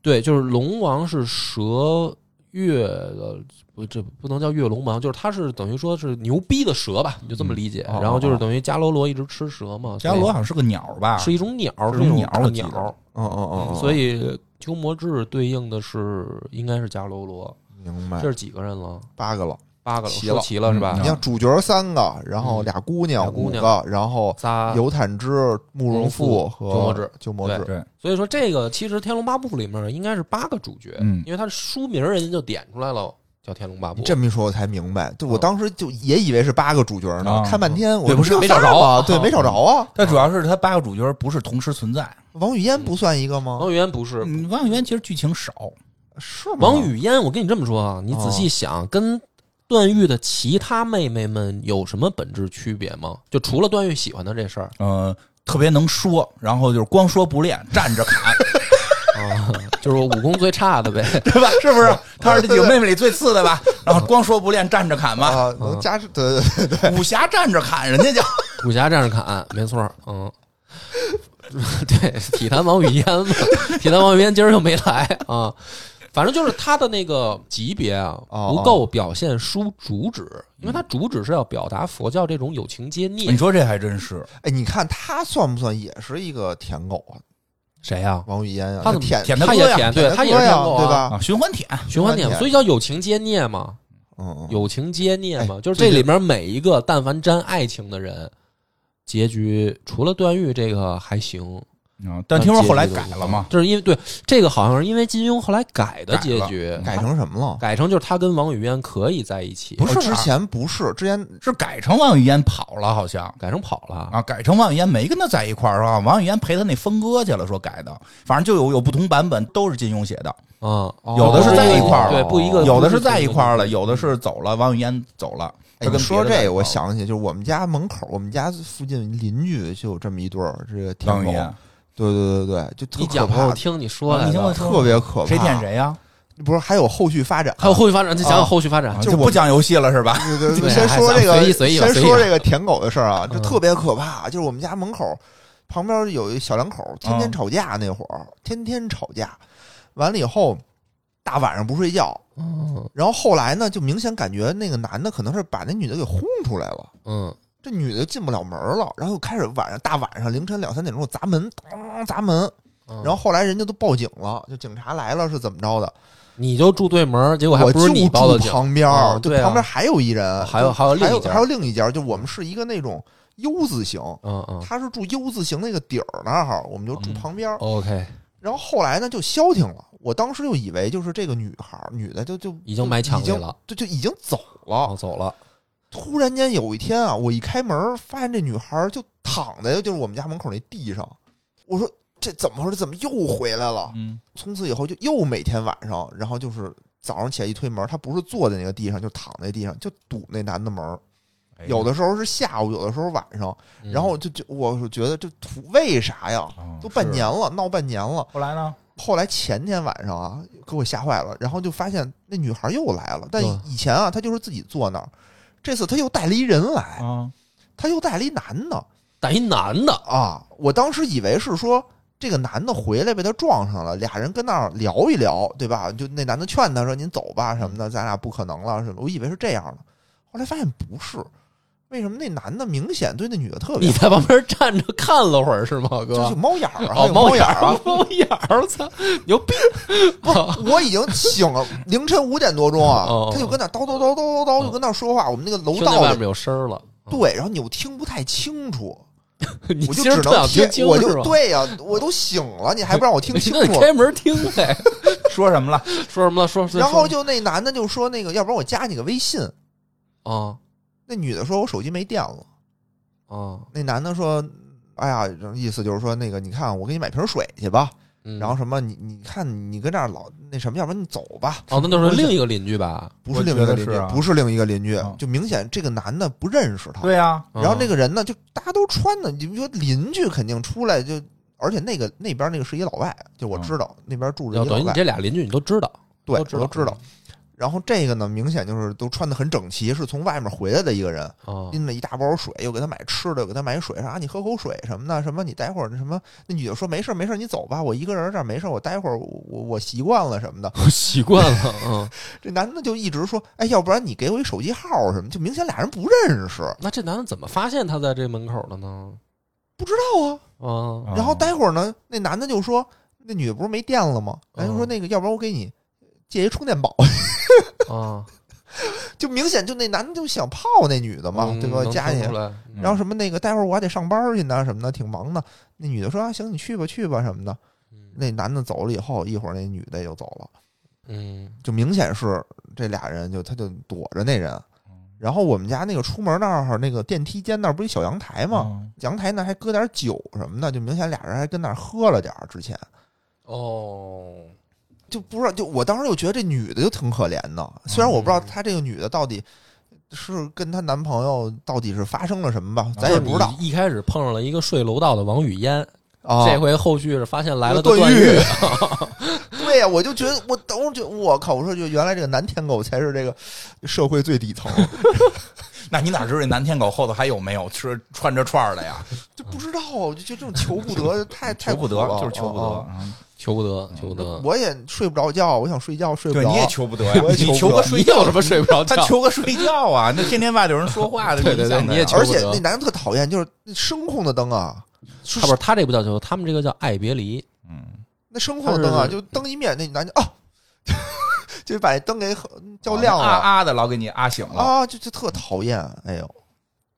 对，就是龙王是蛇月的，不，这不能叫月龙王，就是他是等于说是牛逼的蛇吧，你就这么理解。
嗯哦
然后就是
哦啊
等于迦楼罗一直吃蛇嘛，
伽罗好像是个鸟吧？
是一种鸟，
是
是一
种
种
鸟
大
我记得
鸟，
哦哦哦哦，
所以鸠摩智对应的是应该是迦楼罗，
嗯明白
这是几个人了？
八个了。
八个了，
哎齐
说
了
齐了是吧
嗯
你？像主角三个，然后
嗯
俩姑娘
俩姑
五
娘
个，然后
仨，
尤坦之、慕容复
慕容复鸠摩
和
智
鸠摩智，
对，
所以说这个其实《天龙八部》里面应该是八个主角，
嗯
因为他的书名人家就点出来了，叫《天龙八部
你》。这么一说，我才明白，就我
嗯
当时就也以为是八个主角呢，
啊
看半天我
对不是
这
没找着
仨吧
啊
对，没找着啊。
但主要是他八个主角不是同时存在，
王语嫣不算一个吗？
嗯王语嫣不是，
嗯王语嫣其实剧情少，
是吗？
王语嫣，我跟你这么说啊，你
哦
仔细想，跟段誉的其他妹妹们有什么本质区别吗？就除了段誉喜欢她这事儿
呃，特别能说，然后就是光说不练，站着砍，
哦
啊， 就是我武功最差的呗。
对吧？是不是？她是这几个妹妹里最次的吧？然后光说不练，站着砍 嘛，
啊，能加对对对
武侠站着砍人家叫。
武侠战士砍，没错，嗯， 对，体坛王语嫣嘛， 体坛王语嫣今儿又没来啊、反正就是他的那个级别啊，
哦嗯
不够表现书主旨，因为他主旨是要表达佛教这种有情皆
你
孽。
说这还真是，
哎，你看他算不算也是一个舔狗啊？
谁呀、
王语嫣啊，
他怎么
舔
舔
他
他
也
哥呀
舔，对
舔
他也
哥
是舔
呀
狗、
对？
啊，
吧？
循环哦舔，
循环
循环
舔，
舔
所以叫有情皆孽嘛，
嗯，嗯
有情皆孽嘛，
哎
就是这
这
里
就
面每一个但凡沾爱情的人，结局除了段誉这个还行，
嗯但听说后来改了嘛？
就是因为对这个好像是因为金庸后来改的结局，
改成什么了？
改成就是他跟王语嫣可以在一起，
不是
哦
啊
之前不是之前
是改成王语嫣跑了，好像
改成跑了。
啊，改成王语嫣没跟他在一块儿啊，王语嫣陪他那峰哥去了，说改的，反正就有有不同版本，都是金庸写的，
嗯，
有的是在一块儿
对，不一个，
有的是在一块儿了，有的是走了，王语嫣走了。他
哎你
跟
说
别的
这个，
人
我
跑了
想起就是我们家门口，我们家附近邻居就有这么一对儿，这个舔
王
狗
语，嫣，
对对对对，就特
你
可
讲吧，
怕
我，听你说
啊
来
你听我
的。
说
特别可怕。
谁舔？谁啊呀？
不是还有后续发展？
还有后续发展，再讲讲
啊
后续发展
啊。
就
就
我
不讲游戏了是吧？
对对
对
对，先说这
还
个，
想随意随意吧
先
随意吧
说这个舔狗的事儿啊，就
嗯
特别可怕。就是我们家门口旁边有一小两口，天天
嗯
吵架，那会儿天天吵架，完了以后大晚上不睡觉，
嗯
然后后来呢，就明显感觉那个男的可能是把那女的给轰出来了。
嗯，
这女的进不了门了，然后又开始晚上大晚上凌晨两三点钟砸门，当砸门，
嗯
然后后来人家都报警了，就警察来了是怎么着的？
你就住对门儿，结果还
我
不是你
就
报的
住
警。
旁边
哦
儿，就
对啊
旁边还有一人，
还有
就
还有另一
还有
家
还有另一家，就我们是一个那种 U 字形，
嗯嗯
他是住 U 字形那个底儿那儿，我们就住旁边儿。
，OK，
然后后来呢就消停了，我当时就以为就是这个女孩儿女的就就
已经埋墙里
已经
了，
就就已经走
我
了。
走了。
突然间有一天啊，我一开门儿发现这女孩儿就躺在就是我们家门口那地上，我说这怎么回事？怎么又回来了？
嗯，
从此以后就又每天晚上，然后就是早上起来一推门，他不是坐在那个地上，就躺在地上，就堵那男的门儿。
哎
有的时候是下午，有的时候晚上，
嗯
然后就就我是觉得这图为啥呀？
哦
都半
是
年了，闹半年了。
后来呢？
后来前天晚上啊，给我吓坏了，然后就发现那女孩又来了，但
嗯
以前啊，她就是自己坐那儿，这次她又带了一人来，
啊，
她又带了一男的，
带一男的，
啊，我当时以为是说这个男的回来被他撞上了，俩人跟那儿聊一聊，对吧？就那男的劝他说：“您走吧，什么的，咱俩不可能了。”什么的？我以为是这样的，后来发现不是。为什么那男的明显对那女的特别
你
好，
在旁边站着看了会儿是吗，
就是
哥
有？猫眼儿啊，
哦
有，
猫
眼儿啊！
猫眼 儿，我操，牛 逼！
我已经醒了，凌晨五点多钟啊
哦哦，
他就跟那儿叨叨叨叨叨叨，就跟那儿说话。我们那个楼
听见外
道
面有声儿了，
对，然后你又听不太清楚，
你
我就
其实
只
特想
能
听
听，
清
我
是
就
吧？
对呀，我都醒了，你还不让我听
你
清
那得
楚？
开门听呗。
说什么了？
说什么了？说说
然后
说
就那男的就说那个，要不然我加你个微信。
啊
那女的说我手机没电了。
啊，
那男的说，哎呀，意思就是说那个，你看我给你买瓶水去吧。
嗯
然后什么，你你看你跟这儿老那什么，要不然你走吧。
哦，那就是另一个邻居吧？
不是另一个邻
我
居，
觉得是啊
不是另一个邻居，
嗯
就明显这个男的不认识他。
对呀、 啊，
然后那
个
个人呢，就大家都穿的，你说邻居肯定出来就，而且那个那边那个是一老外，就
嗯
我知道、那边住
嗯
着
要
一老
等于你
外，
这俩邻居你都知道，
对，
都
我
知道
都知道。
嗯
然后这个呢，明显就是都穿的很整齐，是从外面回来的一个人，
啊
拎了一大包水，又给他买吃的，又给他买水，说啊你喝口水什么的，什么你待会儿那什么，那女的说没事儿没事儿，你走吧，我一个人这儿没事儿，我待会儿我我我习惯了什么的。
我 习惯了，嗯，
这男的就一直说，哎，要不然你给我一手机号什么，就明显俩人不认识，
那这男的怎么发现他在这门口的呢？
不知道啊。
啊，
啊
然后待会儿呢，那男的就说，那女的不是没电了吗？男的说
嗯
那个，要不然我给你借一充电宝，
啊，
就明显就那男的就想泡那女的嘛，
嗯
对吧？
能
加
听
去
出。来
嗯
然后什么那个，待会儿我还得上班去呢，什么的，挺忙的。那女的说啊，行，你去吧，去吧，什么的。
嗯
那男的走了以后，一会儿那女的又走了，
嗯，
就明显是这俩人就他就躲着那人。
嗯
然后我们家那个出门那儿那个电梯间那儿不是一小阳台吗？
嗯
阳台那还搁点酒什么的，就明显俩人还跟那儿喝了点儿。之前
哦，
就不知道，就我当时就觉得这女的就挺可怜的，虽然我不知道
嗯
她这个女的到底是跟她男朋友到底是发生了什么吧，咱也不知道
啊就是。你一开始碰上了一个睡楼道的王语嫣，
啊。
这回后续是发现来了个
段
段誉，
对呀、我就觉得我当时就我靠，我说就原来这个南天狗才是这个社会最底层，
那你哪知道这南天狗后头还有没有吃穿着串儿的呀？
就不知道，我就觉得这种求不得，太 太
嗯求不得
苦了，
就是求不
啊啊
得。嗯
求不得，求不得。
我也睡不着觉，我想睡觉睡不
对，
着。啊
你也求不得呀，
我 也
你
求
求
不
个
得
你
睡觉
有什么睡不着
他
觉？
求个睡觉啊！那天天外头有人说话的，
对对对
就像那样
你也求
而
不
且
得
那男的特讨厌，就是那声控的灯啊，
他不是他这不叫求，他们这个叫爱别离。
嗯，
那声控的灯啊，
他是
就灯一灭，那男的啊， 就把灯给叫亮
亮啊
了
啊的，老给你啊醒了。
啊，就就特讨厌。哎呦，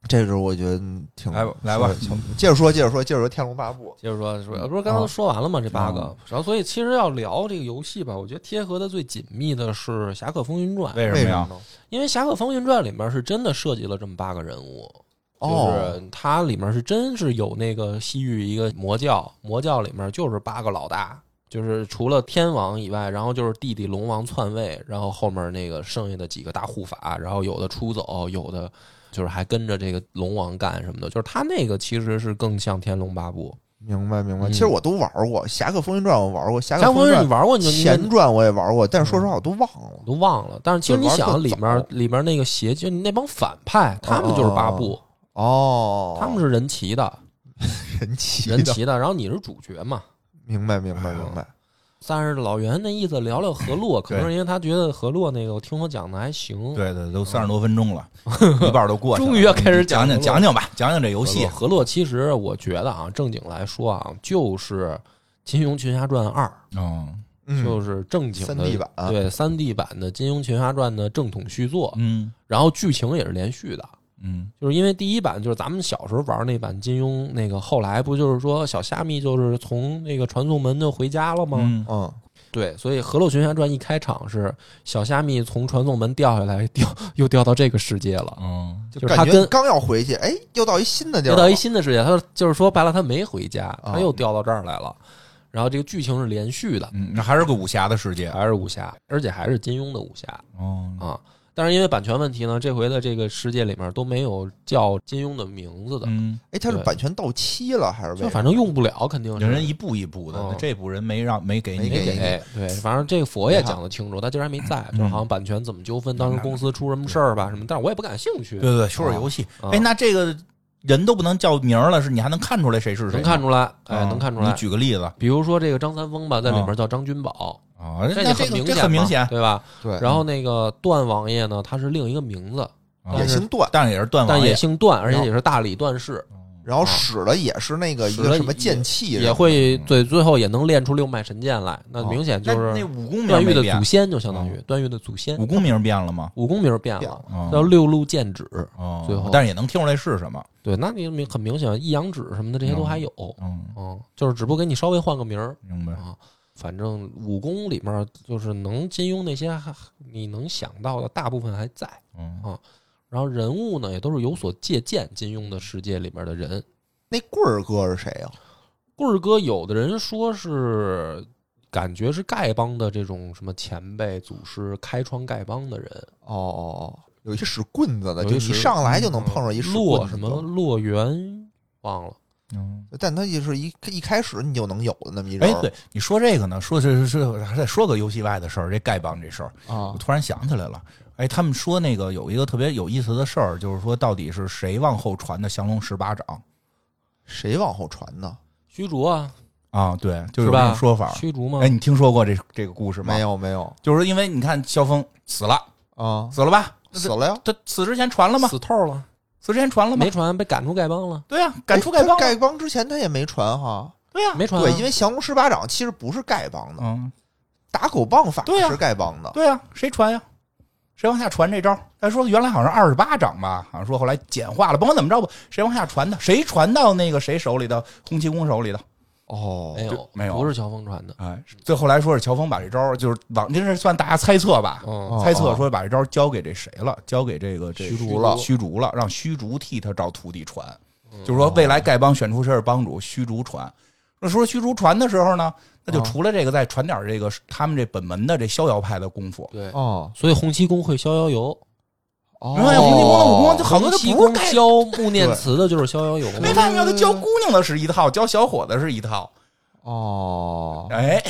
这是我觉得嗯挺
来吧来吧，
接着说，接着说，接着说《天龙八部》。
接着说，
嗯
说不是刚
啊
刚都说完了吗？这八个，然后所以其实要聊这个游戏吧，我觉得贴合的最紧密的是《侠客风云传》，
为什
为什
么
么
呀？
呢？
因为《侠客风云传》里面是真的设计了这么八个人物，
哦，
就是它里面是真是有那个西域一个魔教，魔教里面就是八个老大，就是除了天王以外，然后就是弟弟龙王篡位，然后后面那个剩下的几个大护法，然后有的出走，有的就是还跟着这个龙王干什么的，就是他那个其实是更像《天龙八部
明白明白。
嗯
其实我都玩过《侠客风云传》，我玩过《侠》。客
侠客
风
风
云
云
传
你》玩过你就应该
前传我也玩过，但是说实话我都忘了。
都忘了，但是其实你
对玩得
想里
早
面里面那个邪就那帮反派，他们就是八部，
哦，
他们是人骑的，
是人骑
人
的，
骑的，然后你是主角嘛。
明白明白明白。
但是老袁那意思聊聊河洛，可能是因为他觉得河洛那个我听我讲的还行。，
对对，都三十多分钟 了，一半都过去了。
嗯终于要开始
讲
讲
讲
了
讲讲吧，讲讲这游
河
戏
洛。河洛其实我觉得啊，正经来说啊，就是《金庸群侠传二》，
嗯
嗯，
就是正经的
三 D 版啊
对三 D 版的《金庸群侠传》的正统续作，
嗯
然后剧情也是连续的。
嗯
就是因为第一版就是咱们小时候玩那版金庸，那个后来不就是说小虾米就是从那个传送门就回家了吗？
嗯
嗯，
对，所以《河洛群侠传》一开场是小虾米从传送门掉下来，掉又掉到这个世界了，
嗯，
就
就是
感
他
觉
跟
刚要回去，哎，又到一新的地儿
又
了，
到一新的世界。他就是说白了，他没回家，
啊
哦
他又掉到这儿来了。然后这个剧情是连续的，
嗯，那还是个武侠的世界。
还是武侠，而且还是金庸的武侠
哦，
啊。但是因为版权问题呢，这回的这个世界里面都没有叫金庸的名字的，
嗯，
哎，他是
对
版权到期了还是为什
就
么？
反正用不了，肯定是
有人一步一步的，
哦
那这步人没让没给
没
你哎嗯
没
给
给。哎对，反正这个佛也讲得清楚，他今儿还没在，就是好像版权怎么纠纷，当时公司出什么事儿吧，什么，但是我也不感兴趣。
对对，对说说游戏。
啊
哎，那这个人都不能叫名儿了，是你还能看出来谁是谁
能
吗？
看出来，哎，
嗯
能看出来
你。举个例子啊，
比如说这个张三丰吧，在里面叫张君宝，这
那这
就很
个
明
这
显嘛，
很明显，
对吧？
对，
然后那个段王爷呢，他是另一个名字，
啊
也姓段，
但是也是段
但
王
也
爷，
姓段，而
然
且
后
也是大理段氏，
然后使的也是那个一
啊使
个
的
什么
也
剑气啊什么的，
也会对最后也能练出六脉神剑来。那明显就
哦那那
是
武功名
段
儿
誉
没
的
变
祖，先，就相当于段誉的祖先
武，功名儿变了吗？
武功名变
变
了，
啊
叫六路剑指。
哦，
最后
但是也能听出来是什么。
对，那你明很明显，一阳指什么的这些都还有，
嗯，
嗯，就是只不过给你稍微换个名儿。
嗯
明白。
啊反正武功里面就是能金庸那些还你能想到的大部分还在，
嗯
然后人物呢也都是有所借鉴金庸的世界里面的人。
那棍儿哥是谁啊呀、
棍儿哥，有的人说是感觉是丐帮的这种什么前辈祖师开创丐帮的人，
哦哦哦，有一些使棍子的，
有
就
一
一
使
上来就能碰上一使棍
洛
子
什
的
么洛元忘了，
嗯。
但他就是一一开始你就能有的那么一人
哎
儿，
对你说这个呢，说这是是还得说个游戏外的事儿，这丐帮这事儿，
啊
我突然想起来了。哎，他们说那个有一个特别有意思的事儿，就是说到底是谁往后传的降龙十八掌
谁往后传呢？
虚竹啊，
啊？对，就是有这
吧
种说法。
虚竹吗？
哎，你听说过这这个故事吗？
没，有没有
就是因为你看萧峰死了，
啊，
死了吧？那
死了呀，
他死之前传了吗？
死透了，
死之前传了吗
没？传，被赶出丐帮了，
对呀、赶出丐
哎他
帮了。
丐帮之前他也没传哈，
对呀、
没传啊、
对，因为降龙十八掌其实不是丐帮的，
嗯，
打狗棒法
对呀
是丐帮的，
对呀、谁传呀、谁往下传这招？再说原来好像二十八掌吧，好像说后来简化了，甭管怎么着吧，谁往下传的？谁传到那个谁手里的？洪七公手里的？
哦
没有
没有
不是乔峰传的，
哎，最后来说是乔峰把这招就是往，这是算大家猜测吧？
哦
嗯，
猜测说把这招交给这谁了？交给这个这
虚竹了嗯
虚竹了，让虚竹替他找徒弟传。就是
哦
说，未来丐帮选出谁是帮主，虚竹传。那说虚竹传的时候呢，那就
哦
除了这个，再传点这个他们这本门的这逍遥派的功夫。
对，
哦
所以洪七公会逍遥游，
哦
明白哎吗洪七公的武功就好多
洪
都
七
不是
公
丐
教穆念慈的就是逍遥游，
没办法，他教姑娘的是一套，教小伙子是一套。
哦，
哎，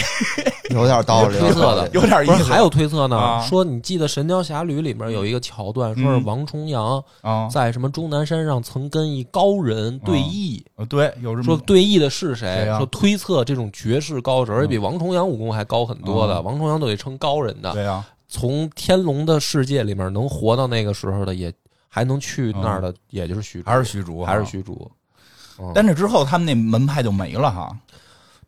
有点道理，
有特色的
有点
有点意
不是
思。
还有推测呢，
啊嗯
说你记得《神雕侠侣》里面有一个桥段，说是王重阳
啊，
在什么终南山上曾跟一高人对弈，
对，有这
说
么
对弈的是谁？
谁呀啊嗯
说推测这种绝世高手，而且比王重阳武功还高很多的，王重阳都得称高人的。
啊对呀，
从天龙的世界里面能活到那个时候的，也还能去那儿的，也就是虚竹，
啊还是虚竹，
还是。虚竹。嗯
但是之后他们那门派就没了哈。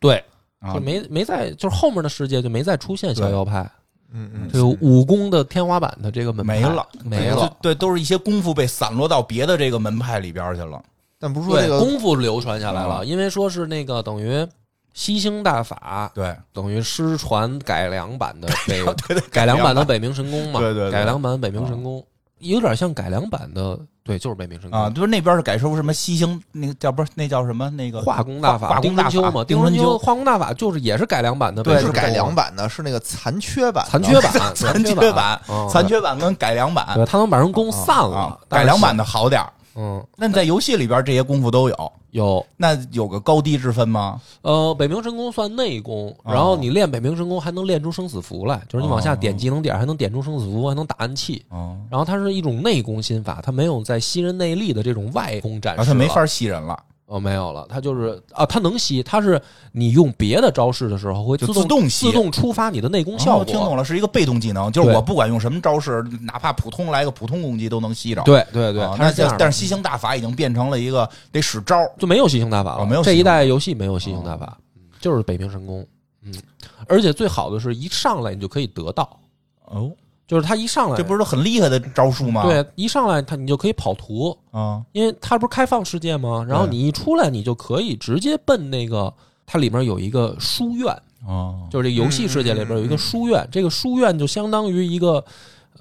对，
啊
就，没没在，就是后面的世界就没再出现逍遥派，
嗯嗯，
就武功的天花板的这个门派
没了，
没
就
了。
对，都是一些功夫被散落到别的这个门派里边去了。
但不是说
对
这，个
功夫流传下来了，
嗯
因为说是那个等于吸星大法，
对，
等于失传改良版的 北
对对，
改良版的北冥神功嘛，
对对对啊
改良版的北冥神功，有点像改良版的，对，就是北冥神功
啊，就是那边是改成什么西星，那个叫不是那叫什么那个
化工大法，
化工
丁
大
春
法
秋嘛，
丁
丁
春
春
秋
秋化工大法就是也是改良版的北
对
冥
不
神
是
功，
改良版的，是那个残缺版的，
残缺版，
残缺
缺
版、
嗯
残缺版跟改良版
对，它能把人功散
啊
了，，但
改
是
良版的好点儿。
嗯
那你在游戏里边这些功夫都有，
有。
那有个高低之分吗？
呃，北冥神功算内功，
哦
然后你练北冥神功还能练出生死符来，就是你往下点技能点还能点出生死符，还能打暗器。
哦，
然后它是一种内功心法，它没有在吸人内力的这种外功展
然后
示。
啊他没法吸人了，
哦，没有了，它就是啊，它能吸，它是你用别的招式的时候会
就
自动
自动吸
自动触发你的内功效
哦
果。
听懂了，是一个被动技能，就是
对
我不管用什么招式，哪怕普通来个普通攻击都能吸着。
对对对
啊，
它
那
是这样的
但是吸星大法已经变成了一个得使招儿
就没有吸星大法了，
哦没有
这
吸
一
星大哦
代游戏没有吸星大法，嗯就是北冥神功。嗯，而且最好的是一上来你就可以得到，
哦，
就是它一上来
这不是都很厉害的招数吗？
对，一上来它你就可以跑图，
啊，
因为它不是开放世界吗？然后
对
你一出来，你就可以直接奔那个，它里面有一个书院，
哦，
就是这个游戏世界里
嗯
边有一个书院，这个书院就相当于一个。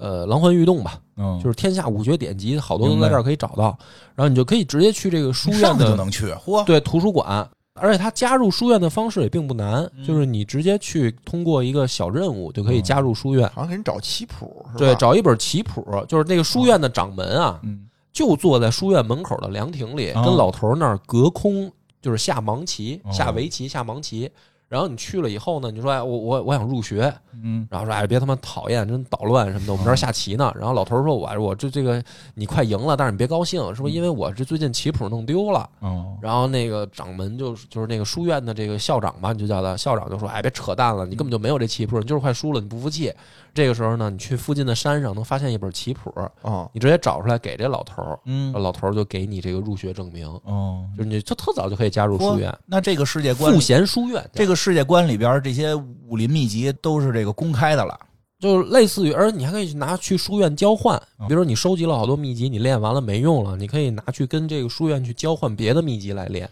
呃，狼魂玉洞吧，
嗯
就是天下五绝典籍，好多
明
都
白
在这儿可以找到。然后你就可以直接去这个书院
上去就
的
能去，嚯，
对图书馆，而且它加入书院的方式也并不难，
嗯
就是你直接去通过一个小任务就可以加入书院。
好像给你找棋谱是吧？
对，找一本棋谱，就是那个书院的掌门啊，
嗯，
就坐在书院门口的凉亭里，
啊
跟老头儿那儿隔空就是下盲棋、
哦
下围棋、下盲棋。然后你去了以后呢，你说哎，我我我想入学，
嗯
然后说哎，别他妈讨厌，真捣乱什么的，我
啊
们这儿下棋呢。然后老头儿说我我这这个你快赢了，但是你别高兴，
嗯
是不是因为我这最近棋谱弄丢了？
哦
然后那个掌门就就是那个书院的这个校长吧，你就叫他校长，就说：“哎，别扯淡了，你根本就没有这棋谱，你就是快输了，你不服气。”这个时候呢，你去附近的山上能发现一本棋谱，
哦，
你直接找出来给这老头儿，
嗯
老头儿就给你这个入学证明，
哦，
就是你就特早就可以加入书院，
那这个世界观
赋，闲书院，
这个世界观里边这些武林秘籍都是这个公开的了。
就是类似于，而你还可以去拿去书院交换，
嗯
比如说你收集了好多秘籍，你练完了没用了，你可以拿去跟这个书院去交换别的秘籍来练。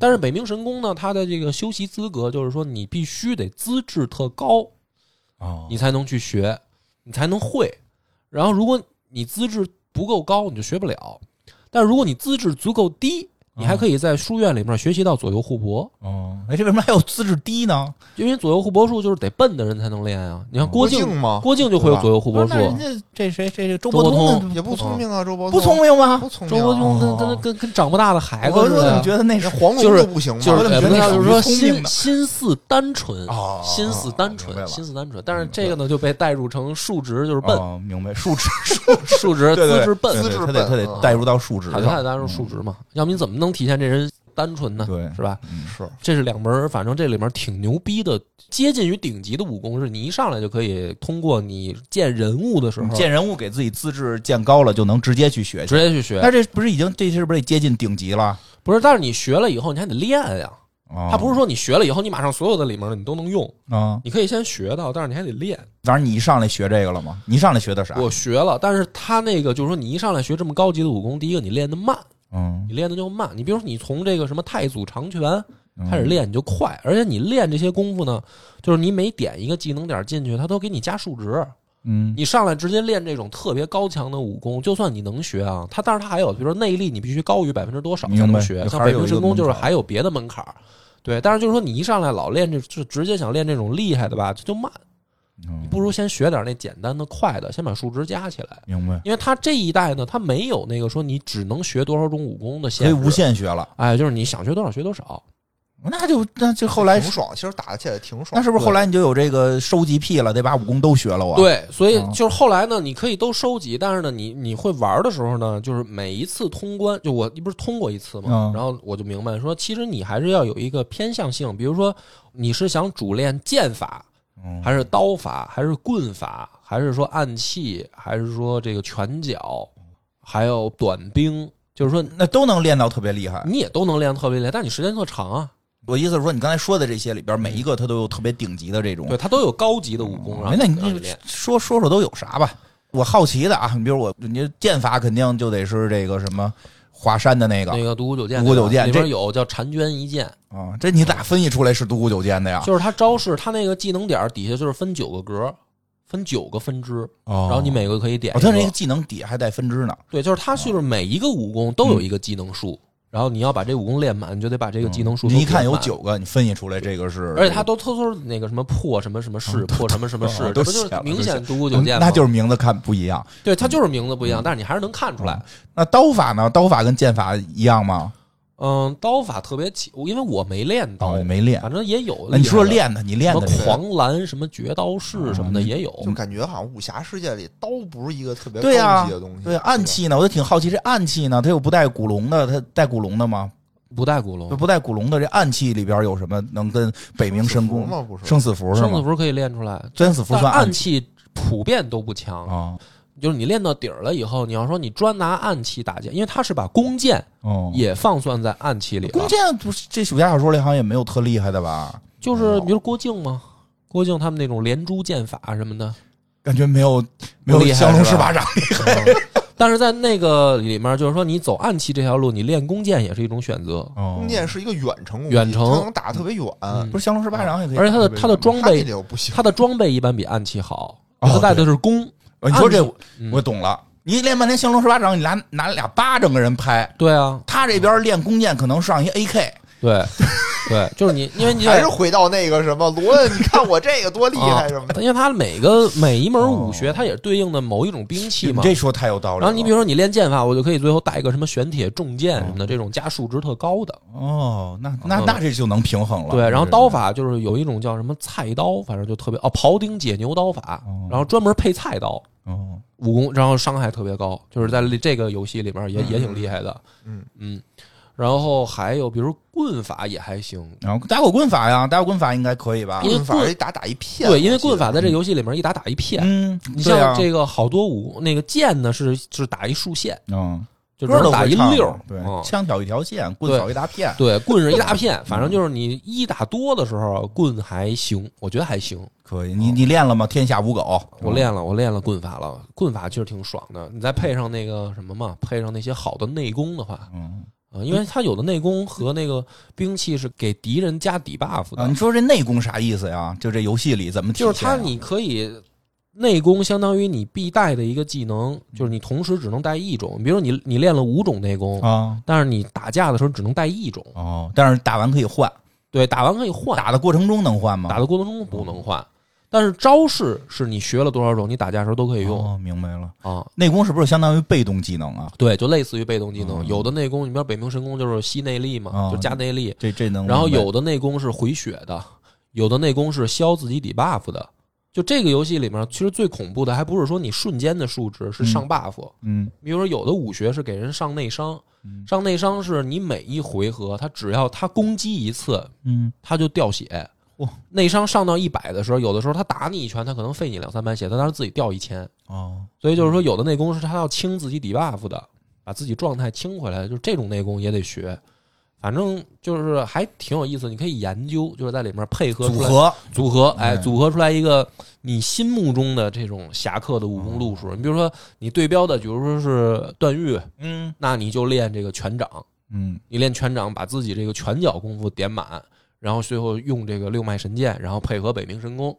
但是北冥神功呢，它的这个修习资格就是说，你必须得资质特高，
哦
你才能去学，你才能会。然后如果你资质不够高，你就学不了。但如果你资质足够低，你
嗯
还可以在书院里面学习到左右互搏，
哦，哎，这为什么还有资质低呢？
因为左右互搏术就是得笨的人才能练啊。你看郭靖，
吗？
郭靖就会有左右互搏术
那。人家这谁谁这周
伯
伯
通
通
也不聪明啊，周伯
不聪
明，
明吗？
不聪
周
明啊。
伯通跟
哦
跟跟跟长不大的孩子
我
似
我怎么
的，
觉得那
那
是
黄蓉
就是
就不行吗？
就
我
是哎呃
怎么觉得那
不是就是说
属于聪明
心
的
心思单纯
哦，
心思单纯
明白，了
心思单纯。但是这个呢就被代入成数值就是笨，
哦，明白，数值，
数值
对对啊
资质笨，
对
资质
他得
笨
他得
嗯
带入到数值
他就
上，
得单入数值嘛，要不你怎么能体现这人单纯呢？
嗯对
是吧？
嗯
是
这是两门儿，反正这里面挺牛逼的，接近于顶级的武功，是你一上来就可以通过你见人物的时候
你见人物给自己资质见高了，就能直接去学去。
直接去
那
学。
这不是已经这是不是得接近顶级了？
不是，但是你学了以后你还得练呀。
哦
他不是说你学了以后你马上所有的里面的你都能用，
啊，
你可以先学到，但是你还得练。
当然你一上来学这个了吗？你一上来学的啥？
我学了，但是他那个就是说，你一上来学这么高级的武功，第一个你练的慢，
嗯，
你练的就慢。你比如说你从这个什么太祖长拳
嗯
开始练，你就快，而且你练这些功夫呢，就是你每点一个技能点进去，它都给你加数值。
嗯
你上来直接练这种特别高强的武功，就算你能学啊，它但是它还有，比如说内力，你必须高于百分之多少才
明白
能学。
就
像
还
北
是有
冥
一
神
个
功
门
就是
槛
还有别的门槛儿，对。但是就是说你一上来老练这，就直接想练这种厉害的吧，这就慢。
嗯
不如先学点那简单的、快的，先把数值加起来。
明白，
因为他这一代呢，他没有那个说你只能学多少种武功的限
可以
制，
无限学了，
哎，就是你想学多少学多少。
那就那就后来
挺爽，其实打起来挺爽。
那是不是后来你就有这个收集癖了，得把武功都学了我？，
对，所以
哦
就是后来呢，你可以都收集，但是呢，你你会玩的时候呢，就是每一次通关，就我不是通过一次嘛
嗯，
然后我就明白说，其实你还是要有一个偏向性，比如说你是想主练剑法，
嗯
还是刀法，还是棍法，还是说暗器，还是说这个拳脚，还有短兵，就是说
那都能练到特别厉害。
你也都能练得特别厉害，但你时间特长啊。
我意思是说，你刚才说的这些里边，每一个它都有特别顶级的这种
对，它都有高级的武功，然后
哎，那你
让
这
练。
说说说都有啥吧？我好奇的啊，你比如我，你剑法肯定就得是这个什么华山的那个
那个独孤九剑那
独
个，
孤九剑
里
这
边有叫婵娟一剑，
啊，这你咋分析出来是独孤九剑的呀？
就是它招式，它那个技能点儿底下就是分九个格，分九个分支，
哦
然后你每个可以点
我
一
听
个。
哦这个技能底下还带分支呢。
对，就是它就是每一个武功都有一个技能数，然后你要把这武功练满，你就得把这个技能数。
嗯你一看有，九个，你分析出来这个是，
而且它都都都是那个什么破什么什么式，破什么什么式，
嗯都
这不就
写
是
了
明
都写
显独孤九
嗯
剑吗？
那就是嗯名字看不一样。
对，它就是名字不一样，但是你还是能看出来。
那刀法呢？刀法跟剑法一样吗？
嗯，刀法特别奇，我因为我没练刀
哦，你，没练。
反正也有。
那你说说练的，你练
什么
的嗯是
狂澜、什么绝刀式什么的也有。
就感觉好像武侠世界里刀不是一个特别
对
高
啊
呀
级的东西。
对暗器呢？我就挺好奇，这暗器呢，它有不带古龙的，它带古龙的吗？
不带古龙
就，不带古龙的这暗器里边有什么能跟北冥神功
生死符吗不是
生死符是
生死
吗？
符可以练出来，
生死符
但
算
暗
器
器普遍都不强。
啊？
就是你练到底儿了以后，你要说你专拿暗器打剑，因为它是把弓箭
哦，
也放算在暗器里
弓
了。
箭不是这武侠小说里好像也没有特厉害的吧？
就是比如郭靖嘛，郭靖他们那种连珠剑法什么的，
感觉没有没有
不厉害
降龙
是
十八
吧
掌厉害
嗯但是在那个里面，就是说你走暗器这条路，你练弓箭也是一种选择。
哦
弓。箭是一个远程攻击，
远程
它能打得特别远。
嗯
不是降龙十八掌也可以，
而且它的它的装
它这
备
里头不行，
他的装备一般比暗器好，
哦
他带的是弓。
哦你说这
暗器嗯
我懂了。你练半天降龙十八掌，你拿拿俩巴掌跟人拍，
对啊，
他这边练弓箭可能上一 AK，
对，对，就是你，因为你
还是回到那个什么罗恩，你看我这个多厉害什么 的。
啊因为它每个每一门武学，它也是对应的某一种兵器
你
嘛。
这说太有道理了。嗯
然后你比如说你练剑法，我就可以最后带一个什么玄铁重剑什么的，这种加数值特高的。
哦，那那
嗯
那这就能平衡了。
对，然后刀法就是有一种叫什么菜刀，反正就特别哦，庖丁解牛刀法，然后专门配菜刀，
哦，
武功然后伤害特别高，就是在
嗯
这个游戏里面也也挺厉害的。
嗯
嗯，然后还有比如棍法也还行，
然后打狗棍法呀，打狗棍法应该可以吧
啊因？为
棍法
棍
一打打一片，
对，因为棍
法
法在这游戏里面一打打一片。
嗯，
你
对
像
啊
这个好多武那个剑呢是是打一竖线，
嗯，
就只
歌都
能打
会
一
唱
溜
嘛
儿，
对，
嗯
枪挑一条线，棍
对
扫一大片。
对，棍是一大片，反正就是你一打多的时候，棍还行，我觉得还行。
可以，你你练了吗？天下无狗，
哦我练了，我练了棍法了，棍法其实挺爽的。你再配上那个什么嘛，配上那些好的内功的话，
嗯
啊，因为它有的内功和那个兵器是给敌人加底 buff
啊，
的
你，说这内功啥意思呀？就这游戏里怎么体
就是
现
它
啊
你可以内功相当于你必带的一个技能，就是你同时只能带一种。比如你你练了五种内功，
啊
但是你打架的时候只能带一种，
哦，但是打完可以换，
对，打完可以换，
打的过程中能换吗？
打的过程中不能换。但是招式是你学了多少种，你打架的时候都可以用
哦，明白了。
啊。
内功是不是相当于被动技能啊？
对，就类似于被动技能，
嗯
有的内功，你比如北冥神功就是吸内力嘛，
嗯
就加内力，
这这能明白，
然后有的内功是回血的，有的内功是消自己底 buff 的。就这个游戏里面，其实最恐怖的还不是说你瞬间的数值是
嗯
上 buff，、
嗯
比如说有的武学是给人上内伤，
嗯
上内伤是你每一回合他只要他攻击一次，
嗯
他就掉血
哇。
内伤上到一百的时候，有的时候他打你一拳，他可能费你两三百血，他当时自己掉一千。
哦
所以就是说，有的内功是他要清自己底 buff 的，把自己状态清回来，就是这种内功也得学。反正就是还挺有意思，你可以研究，就是在里面配合
组
出来
合
组合，哎，
哎
组合出来一个你心目中的这种侠客的武
哦
功路数。你比如说，你对标的，比如说是段誉，
嗯
那你就练这个拳掌，
嗯
你练拳掌，把自己这个拳脚功夫点满，然后最后用这个六脉神剑，然后配合北冥神功，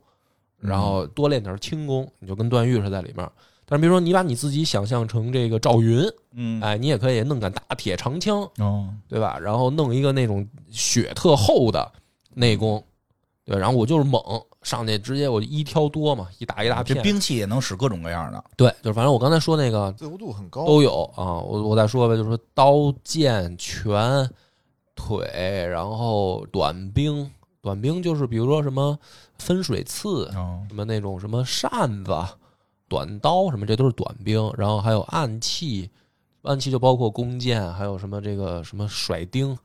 嗯
然后多练点轻功，你就跟段誉似的在里面。但是比如说你把你自己想象成这个赵云，
嗯
哎，你也可以弄杆大铁长枪，
哦
对吧？然后弄一个那种血特厚的内功，对，然后我就是猛上去，直接我一挑多嘛，一打一大
嗯这
片。
兵器也能使各种各样的。
对，就是反正我刚才说那个
自由度很高，
都有啊。我我再说呗，就是说刀、剑、拳、腿，然后短兵，短兵就是比如说什么分水刺，
哦
什么那种什么扇子、短刀什么，这都是短兵。然后还有暗器，暗器就包括弓箭，还有什么这个什么甩钉，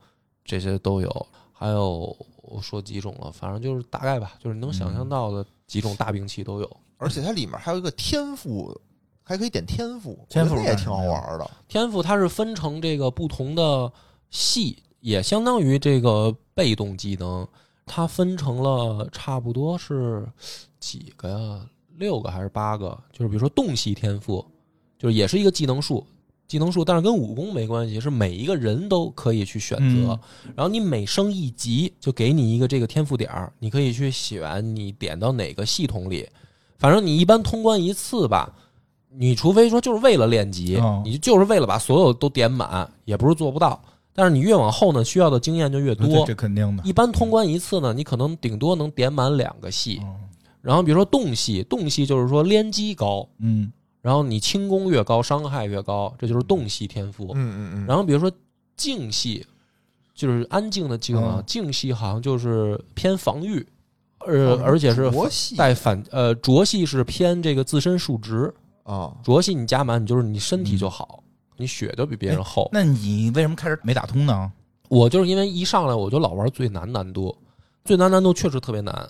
这些都有。还有我说几种了，反正就是大概吧，就是你能想象到的几种大兵器都有。
而且它里面还有一个天赋，还可以点天赋，
天赋
我觉得那也挺好玩的。
天赋它是分成这个不同的系，也相当于这个被动技能，它分成了差不多是几个呀？六个还是八个？就是比如说动系天赋，就是也是一个技能树，技能树，但是跟武功没关系，是每一个人都可以去选择。然后你每升一级，就给你一个这个天赋点儿，你可以去选你点到哪个系统里。反正你一般通关一次吧，你除非说就是为了练级，
哦
你就是为了把所有都点满，也不是做不到。但是你越往后呢，需要的经验就越
嗯这
多
这。肯定的。
一般通关一次呢，你可能顶多能点满两个
嗯
系。然后比如说动系，动系就是说连击高，
嗯
然后你轻功越高，伤害越高，这就是动系天赋。
嗯嗯嗯，
然后比如说静系，就是安静的静啊
嗯，
静系好像就是偏防御，呃，
哦
而且是
佛系
带反呃浊系是偏这个自身数值，
啊，
浊系你加满，你就是你身
嗯
体就好，你血就比别
哎
人厚。
那你为什么开始没打通呢？
我就是因为一上来我就老玩最难难度，最难难度确实特别难，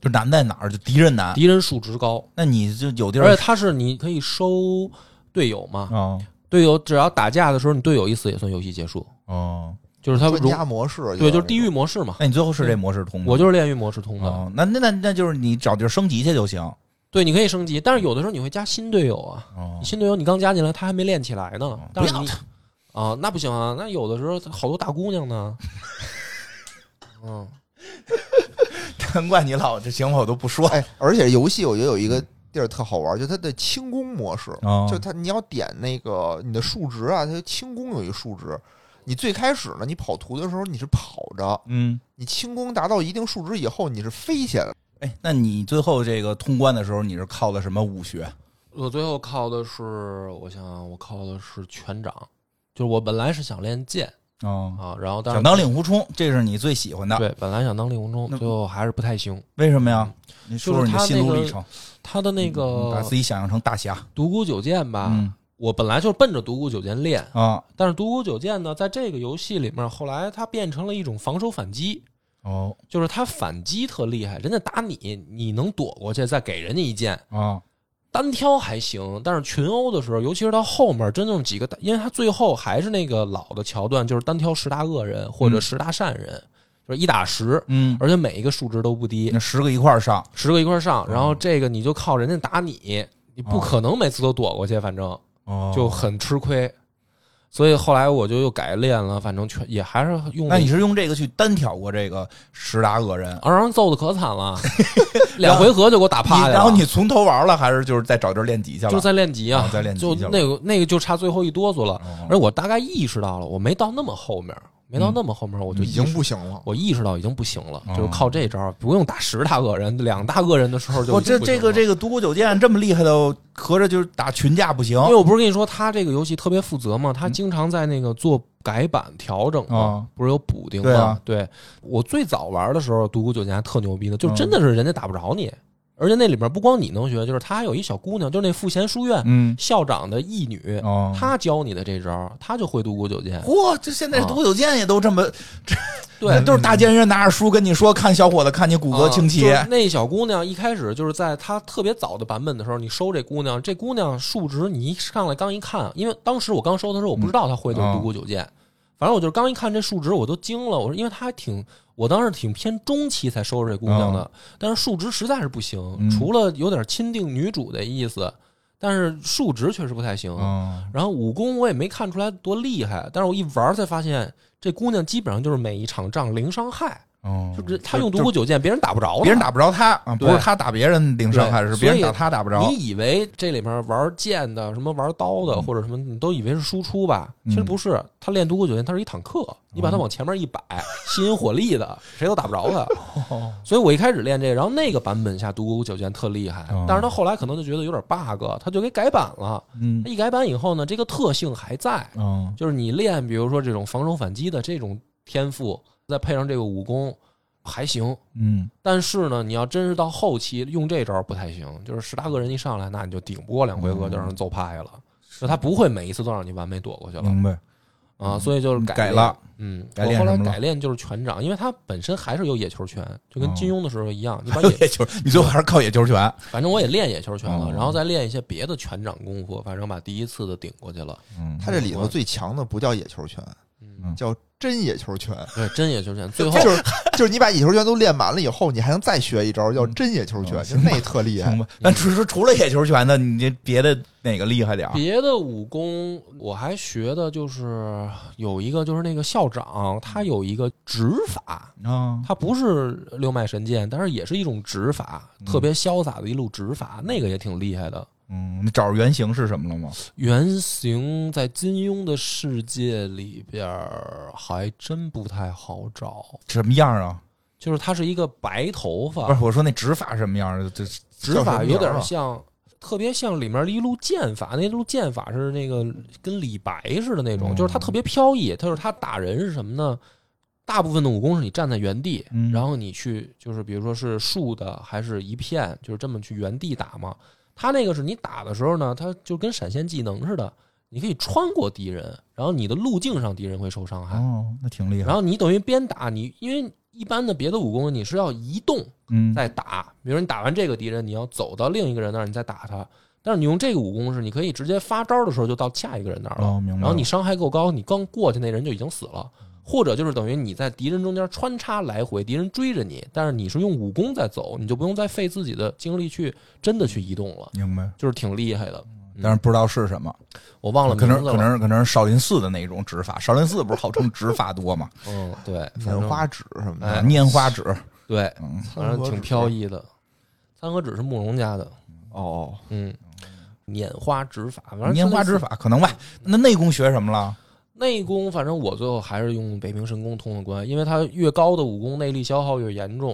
就难在哪儿？就敌人难。
敌人数值高，
那你就有地
而
儿
且它是你可以收队友
嗯
嘛，
哦
队友只要打架的时候你队友一死也算游戏结束，
哦，
就是它
专
融
家模式，
对就是地狱模式嘛，
那你最后是这模式
嗯
通吗？
我就是炼狱模式通的。
哦，那那那那就是你找地儿升级去就行。
对，你可以升级，但是有的时候你会加新队友啊。
哦
你，新队友你刚加进来，他还没练起来呢。但是
不要
你啊，那不行啊，那有的时候好多大姑娘呢。 嗯，
难怪你老这行，我都不说。
哎，而且游戏我觉得有一个地儿特好玩，就它的轻功模式，
哦
就它你要点那个你的数值啊，它轻功有一数值，你最开始呢，你跑图的时候你是跑着，
嗯，
你轻功达到一定数值以后，你是飞起来的。
哎，那你最后这个通关的时候，你是靠的什么武学？
我最后靠的是，我想我靠的是拳掌，就是我本来是想练剑
哦，
啊，然后但
想
是
当令狐冲，这是你最喜欢的，
对，本来想当令狐冲，
那
最后还是不太行。
为什么呀？你说说你的
嗯就是他
心
那
路
个
历程，
他的那
嗯把
个啊
自己想象成大侠
独孤九剑吧，
嗯
我本来就是奔着独孤九剑练，
啊，
但是独孤九剑呢，在这个游戏里面，后来它变成了一种防守反击，
哦
就是它反击特厉害，人家打你，你能躲过去，再给人家一剑。
啊，
单挑还行，但是群殴的时候，尤其是到后面真正几个，因为他最后还是那个老的桥段，就是单挑十大恶人或者
嗯
十大善人，就是一打十，
嗯，
而且每一个数值都不低
那，十个一块儿上，
十个一块儿上，
嗯
然后这个你就靠人家打你，你不可能每次都躲过去，反正
哦
就很吃亏。所以后来我就又改练了，反正全也还是用
那你是用这个去单挑过这个十大恶人？
让人揍的可 惨了，两回合就给我打趴下
你
了。
然后你从头玩了，还是就是再找地儿练级去了？
就在练级啊
哦，再练级
就
去了
那个那个就差最后一哆嗦了。
哦
而我大概意识到了，我没到那么后面，没到那么后面，
嗯
我就
已
意识
经不行了。
我意识到已经不行了，
哦
就是靠这招，不用打十大恶人，两大恶人的时候就
我
已经
哦这
不
这
行
个
了
这个独孤九剑这么厉害的，合着就是打群架不行
因为我不是跟你说他这个游戏特别负责吗？他经常在那个做改版调整嘛
嗯哦，
不是有补丁
对
吗
啊？
对，我最早玩的时候，独孤九剑还特牛逼呢，就
嗯
真的是人家打不着你，而且那里面不光你能学，就是他还有一小姑娘，就是那富贤书院
嗯
校长的义女，
哦
她教你的这招，她就会独孤九剑。
嚯，这现在
啊
独孤九剑也都这么，
对，
都是大奸人拿着书跟你说，看小伙子，看你骨骼清奇
啊就是那小姑娘一开始就是在她特别早的版本的时候，你收这姑娘，这姑娘数值你一上来刚一看，因为当时我刚收的时候，我
嗯
不知道她会的
哦
是独孤九剑，反正我就是刚一看这数值我都惊了，我说因为她还挺，我当时挺偏中期才收拾这姑娘的，但是数值实在是不行，
哦嗯
除了有点钦定女主的意思，但是数值确实不太行。
哦
然后武功我也没看出来多厉害，但是我一玩儿才发现，这姑娘基本上就是每一场仗零伤害，
哦
就这她用独孤九剑，别人打不着她，
别人打不着他啊，不
对
是他打别人领伤害，
对
是别人
所以
打他打不着。
你以为这里面玩剑的、什么玩刀的或者什么，你都以为是输出吧？
嗯
其实不是，他练独孤九剑，他是一坦克，你把他往前面一 摆，吸引火力的，谁都打不着他。所以我一开始练这个，然后那个版本下独孤九剑特厉害
哦，
但是他后来可能就觉得有点 bug，他就给改版了。
嗯
他一改版以后呢，这个特性还在，
哦
就是你练，比如说这种防守反击的这种天赋，再配上这个武功，还行。
嗯
但是呢，你要真是到后期用这招不太行，就是十大恶人一上来，那你就顶不过两回合就让
嗯
人揍趴下了。就他不会每一次都让你完美躲过去了
明白
啊，所以就是
嗯改
练
了。
嗯，
改练
我后来
什么了
改练就是拳掌，因为他本身还是有野球拳，就跟
哦
金庸的时候 一样，你把野，
野球，你最后还是靠野 球拳。
反正我也练野球拳了
哦，
然后再练一些别的拳掌功夫，反正把第一次的顶过去了。
嗯
他这里头最强的不叫野球拳，
嗯，
叫真野球拳。
哦
对，真野球拳， 最后
就是就是你把野球拳都练满了以后，你还能再学一招叫真野球拳，
嗯
就那特厉害
行。吧，那除说除了野球拳的，你这别的哪个厉害点儿？
别的武功我还学的就是有一个就是那个校长，他有一个指法，
啊，
它不是六脉神剑，但是也是一种指法，特别潇洒的一路指法，那个也挺厉害的。
嗯，你找着原型是什么了吗？
原型在金庸的世界里边儿还真不太好找，
什么样啊？
就是他是一个白头
不
发，
是，我说那指法什么样儿？这这
啊指
叫什
法
么
有
名儿
点
啊
像，特别像里面的一路剑法，那路剑法是那个跟李白似的那种，
嗯
哦
就是他特别飘逸，他就是他打人是什么呢？大部分的武功是你站在原地，
嗯
然后你去就是比如说是竖的还是一片，就是这么去原地打嘛。他那个是你打的时候呢，他就跟闪现技能似的，你可以穿过敌人，然后你的路径上敌人会受伤害，
哦，那挺厉害
然。后你等于边打你，因为一般的别的武功你是要移动
嗯，
再打，比如你打完这个敌人，你要走到另一个人那儿你再打他，但是你用这个武功是你可以直接发招的时候就到下一个人那儿了，
哦，明白了。
然后你伤害够高，你刚过去那人就已经死了，或者就是等于你在敌人中间穿插来回，敌人追着你，但是你是用武功在走，你就不用再费自己的精力去真的去移动了，
明白，
就是挺厉害的。
但是不知道是什么。
嗯我忘了
可
名
能
字
可
了。
能可能是少林寺的那种指法，少林寺不是号称指法多吗？
嗯，对，反
棉
正
花纸什么的，
哎
拈花指，
对，
嗯，
反正挺飘逸的。三合指是慕容家的，
哦。
嗯，拈花指法，反正
拈花指法可能吧？那内功学什么了？
内功反正我最后还是用北冥神功通的关，因为它越高的武功内力消耗越严重。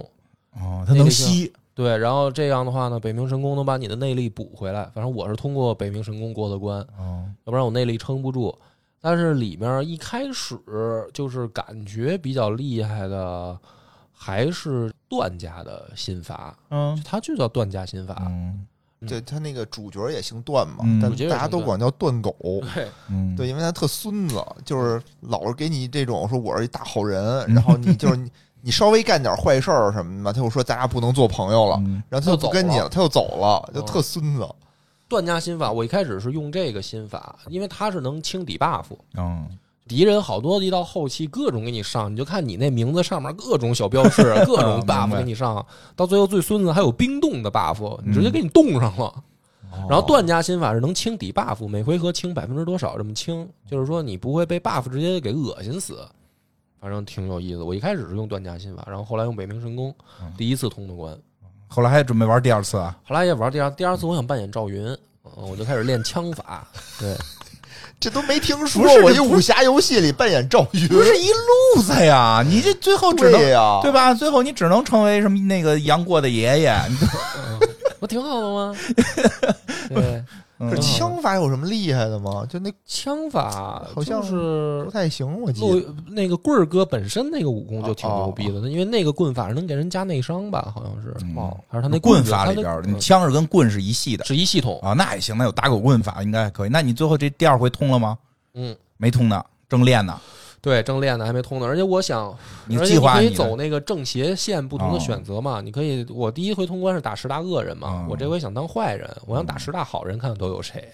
哦，它能吸，
对，然后这样的话呢，北冥神功能把你的内力补回来。反正我是通过北冥神功过的关，
哦，
要不然我内力撑不住。但是里面一开始就是感觉比较厉害的，还是段家的心法，
嗯
它就叫段家心法。
嗯
对他那个主角也姓段嘛，
嗯
但
主角也
大家
姓
都
段
管叫段狗。
对，
嗯，
对，因为他特孙子，就是老是给你这种说我是一大好人，
嗯
然后你就是 你你稍微干点坏事儿什么的，他就说咱俩不能做朋友了，
嗯
然后他就不跟你
他就走
了，他就走了，就特孙子。
段家心法，我一开始是用这个心法，因为它是能清底 buff。
嗯
敌人好多一到后期各种给你上，你就看你那名字上面各种小标 志、啊各种
啊明白
buff 给你上，到最后最孙子还有冰冻的 buff，
嗯
直接给你冻上了。
哦
然后段家心法是能清底 buff，每回合清百分之多少这么清，就是说你不会被 buff 直接给恶心死。反正挺有意思。我一开始是用段家心法，然后后来用北冥神功
嗯，
第一次通的关。
后来还准备玩第二次啊，
后来也玩第二第二次，我想扮演赵云，嗯我就开始练枪 法。对，
这都没听说
不是
我一
这不
武侠游戏里扮演赵云，
不是一路子 呀，你这最后只能
对呀、
对吧？最后你只能成为什么那个杨过的爷爷，
啊
你
不挺好 的吗？对，
嗯
不是枪法有什么厉害的吗？就那
枪法
好像
就是
不太行，我记
陆
得。
那个棍儿哥本身那个武
哦
功就挺牛逼的，因为那个棍法是能给人加内伤吧？好像是
嗯，
哦，还是他那
棍
子
法
他
里
那
边儿，你
嗯
枪是跟棍是一系的
是一系统。
啊，那也行，那有打狗棍法应该还可以。那你最后这第二回通了吗？
嗯，
没通呢，正练呢。
对，正练呢还没通呢，而且我想，
你
而且
计划
可以
你的哦
走那个正邪线不同的选择嘛？你可以，我第一回通关是打十大恶人嘛，
哦嗯
我这回想当坏人，我想打十大好人，看看都 有谁。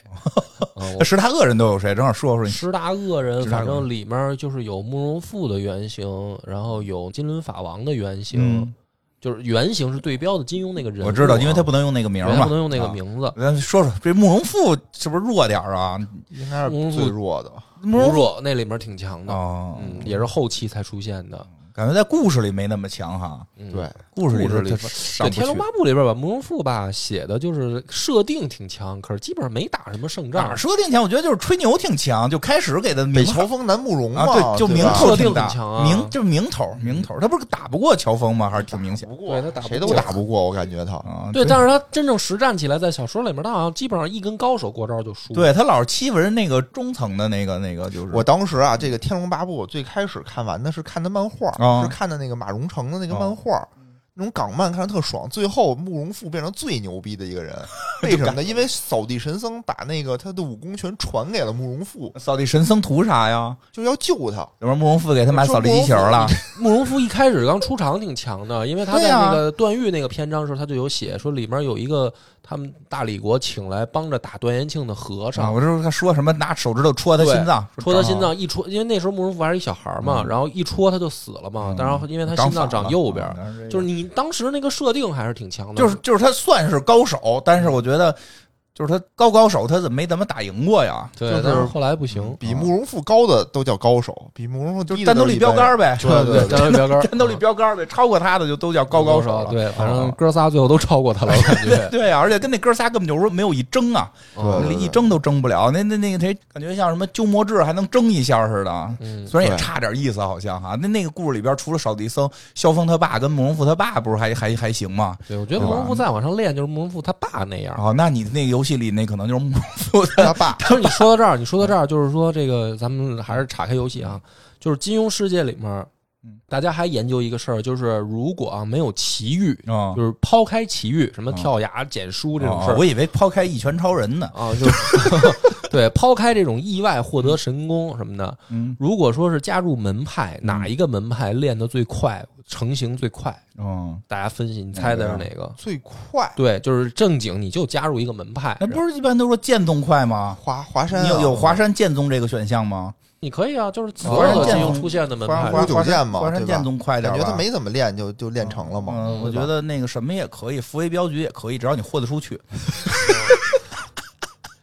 嗯
十大恶人都有谁？正好说说你。
十大恶人，
十大恶
反
人
正里面就是有慕容复的原型，然后有金轮法王的原型，
嗯
就是原型是对标的金庸那个人物啊。
我知道，因为他不能用那个名
对
儿
他
嘛，
不能用那个
啊。
名字。
咱说说这慕容复是不是弱点儿啊？
应该是最弱的，
慕
不
容复
弱那里面挺强的，
哦，
嗯，也是后期才出现的。
感觉在故事里没那么强哈。
嗯、
对，
故事里
故事里
他
是
上
对，《
不
天龙
去
八。部》里边吧，慕容复吧写的就是设定挺强，可是基本上没打什么胜
哪
仗
儿，设定强？我觉得就是吹牛挺强，就开始给他名
北乔峰南慕容嘛，
啊，对，就名
吧
头
设定
挺大
很强，啊
名就是名头，名头。他不是打不过乔峰吗？还是挺明显
不过
对他打不
谁都
过
打不过，我感觉他。
啊。
对，但是他真正实战起来，在小说里面，他好像基本上一跟高手过招就输。，
对他老是欺负人那个中层的那个那个，就是
我当时啊，这个《天龙八部》，我最开始看完的是看的漫画，
啊
是看的那个马荣成的那个漫画，那种港漫看着特爽。最后慕容复变成最牛逼的 一个人，为什么呢？因为扫地神僧把那个他的武功全传给了慕容复，
扫地神僧图啥呀？
就是要救他。
要不然慕容复给他买扫地机器人了，啊
慕容复一开始刚出场挺强的，因为他在
对啊
那个段誉那个篇章的时候，他就有写说里面有一个他们大理国请来帮着打段延庆的和
啊！
尚，
我说他说什么拿手指头戳他心脏，
戳他心脏一戳，因为那时候慕容复还是一小孩嘛，然后一戳他就死了嘛
嗯。
当然，因为他
刚
心
反了
脏长右边
啊，当然这个
就是你当时那个设定嗯还是挺强的，
就是就是他算是高手，但是我觉得就是他高高手，他怎么没怎么打赢过呀？
对，
就是
但是后来不行，
比慕容复高的都叫高手，比慕容复
就
低的
战斗
都是
力
一
标
般人
杆呗，
对对对
战斗力标杆，
战斗力标杆呗，超过他的就都叫高高手了。
嗯对，反正
啊。
哥仨最后都超过他了，我感觉
对啊呀、而且跟那哥仨根本就是说没有一争啊，
对对对
一争都争不了。那那那个谁，感觉像什么鸠摩智还能争一下似的，
嗯，
虽然也
对
差点意思，好像哈、啊那那个故事里边，除了扫地僧、萧峰他爸跟慕容复他爸，不是还还还行吗？
对，我觉得慕容复再往上练，就是慕容复他爸那样。
哦，那你那个游戏里那可能就是慕容复的，
他爸。
就是你说到这儿，你说到这儿，就是说这个，咱们还是岔开游戏啊。就是金庸世界里面
嗯，
大家还研究一个事儿，就是如果啊没有奇遇，
啊
就是抛开奇遇，什么
嗯
跳崖、捡书这种事
哦
儿
我以为抛开一拳超人呢。
啊，就是 对，抛开这种意外获得神功什么的，
嗯，
如果说是加入门派，哪一个门派练得最快，成型最快？
哦，
大家分析，你猜的是哪
哎
个？
最快
对，就是正经，你就加入一个门派。
那哎不是一般都说剑宗快吗？
华华山、
你
啊、
有有华山剑宗这个选项吗？
你可以啊，就是所
华
有
山
的
剑
金
宗
庸出现的门
华
派
华
五九
华山
剑嘛
华山
对吧
剑宗快点
感
吧，
觉他没怎么练就就练成了嘛。
嗯，我
对吧
觉得那个什么也可以，福威镖局也可以，只要你豁得出去，。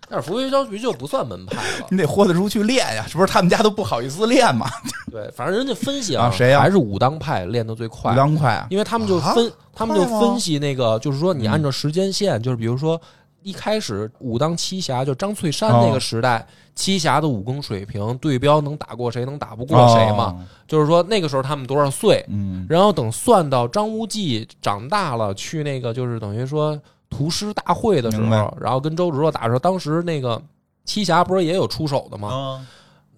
但是福威镖局就不算门派了
你得豁得出去练呀，是不是？他们家都不好意思练嘛，
对，反正人家分析
啊谁啊
还是武当派练得最快
武，当快啊，
因为他们就分，他们就
快吗
嗯
分析那个，就是说你按照时间线，就是比如说一开始武当七侠就张翠
哦
山那个时代，七侠的武功水平对标能打过谁，能打不过谁嘛？
哦？
就是说那个时候他们多少岁，
嗯，
然后等算到张无忌长大了，去那个就是等于说屠师大会的时
明白
候，然后跟周芷若打的时候，当时那个七侠不是也有出手的吗？
啊，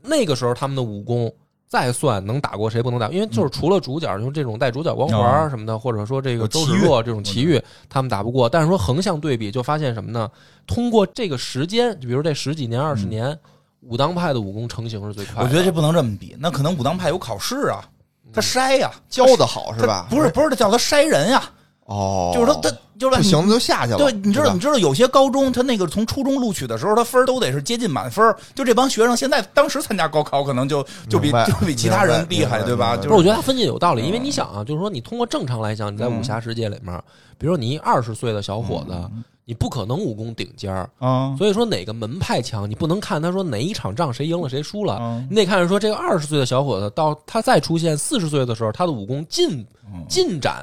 那个时候他们的武功再算能打过谁不能打，因为就是除了主角用这种带主角光环
嗯哦
儿什么的，或者说这
有
个周
奇
芷
遇
若这种奇遇，他们打不过。但是说横向对比，就发现什么呢？通过这个时间，就比如这十几年、二十年，武当派的武功成型是最
嗯
快
我
的。
觉得这不能这么比，那可能武当派有考试啊，他筛呀、
嗯教的好是
他
吧？
不是，不是，他叫他筛人呀、
哦，
就是他他就是
不
你
行就下去了。
对，你知
是
道，
吧
你知道有些高中，他那个从初中录取的时候，他分儿都得是接近满分儿。就这帮学生，现在当时参加高考，可能就就比
明白
就比其他人厉
明白
害，
明白
对吧？
明白
就
不是，我
是嗯
觉得他分界有道理，因为你想啊，就是说你通过正常来讲，你在武侠世界里面，比如说你一二十岁的小伙子，
嗯
你不可能武功顶尖儿，
啊
所以说哪个门派强，你不能看他说哪一场仗谁赢了谁输了，
嗯
你得看说这个二十岁的小伙子到他再出现四十岁的时候，他的武功进进展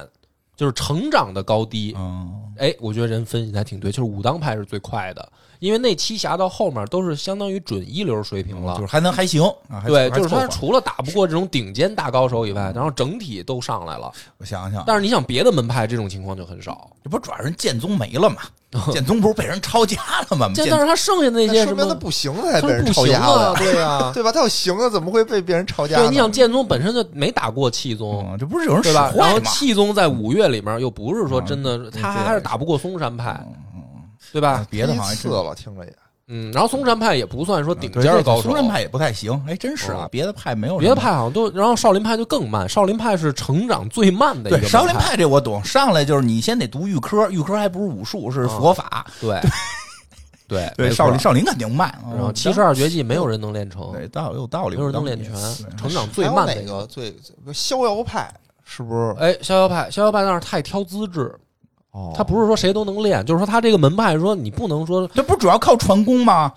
就是成长的高低。
嗯
哎，我觉得人分析的还挺对，就是武当派是最快的，因为那七侠到后面都是相当于准一流水平
嗯
了
就是，还能还行啊，还
对，
还
就是
凑
他
合
除了打不过这种顶尖大高手以外，然后整体都上来了。
我想想，
但是你想，别的门派这种情况就很少。
这不主要人剑宗没了 嘛？剑宗不是被人抄家了吗？
这
剑
但是他剩下那
那
些什
说明
么，
他不行才
他
被人
不
抄
行
家
啊，
了，
对呀、
对吧？他要行了，怎么会被别人抄家呢？
对，你想剑宗本身就没打过气宗，
嗯这不是有人使
对吧？然
坏
后
吗？
气宗在五岳里面又不是说真
嗯
的，他
对嗯
还是打不过嵩山派，对
啊
吧？
别的好
第
像
一次
是
了，听着也
嗯，然后嵩山派也不算说顶
嗯对
尖
这
儿高手啊
嵩，山派也不太行，哎，真是啊
嗯，
别的派没有什么，
别的派好像都，然后少林派就更慢，少林派是成长最慢的一个
对
门
少林派这我懂，上来就是你先得读预科，预科还不是武术，
嗯
是佛法。
对对
对，
没错
少林少林肯定慢，嗯
然后七十二绝技没有人能练成，
对，道有道理，
没有人能
我当
练
你
全
对，
成长最
还有
慢的
哪
一
个。最逍遥派是不是？
哎，逍遥派，逍遥派那儿太挑资质，
哦
他不是说谁都能练，就是说他这个门派说你不能说，
这不主要靠传功吗？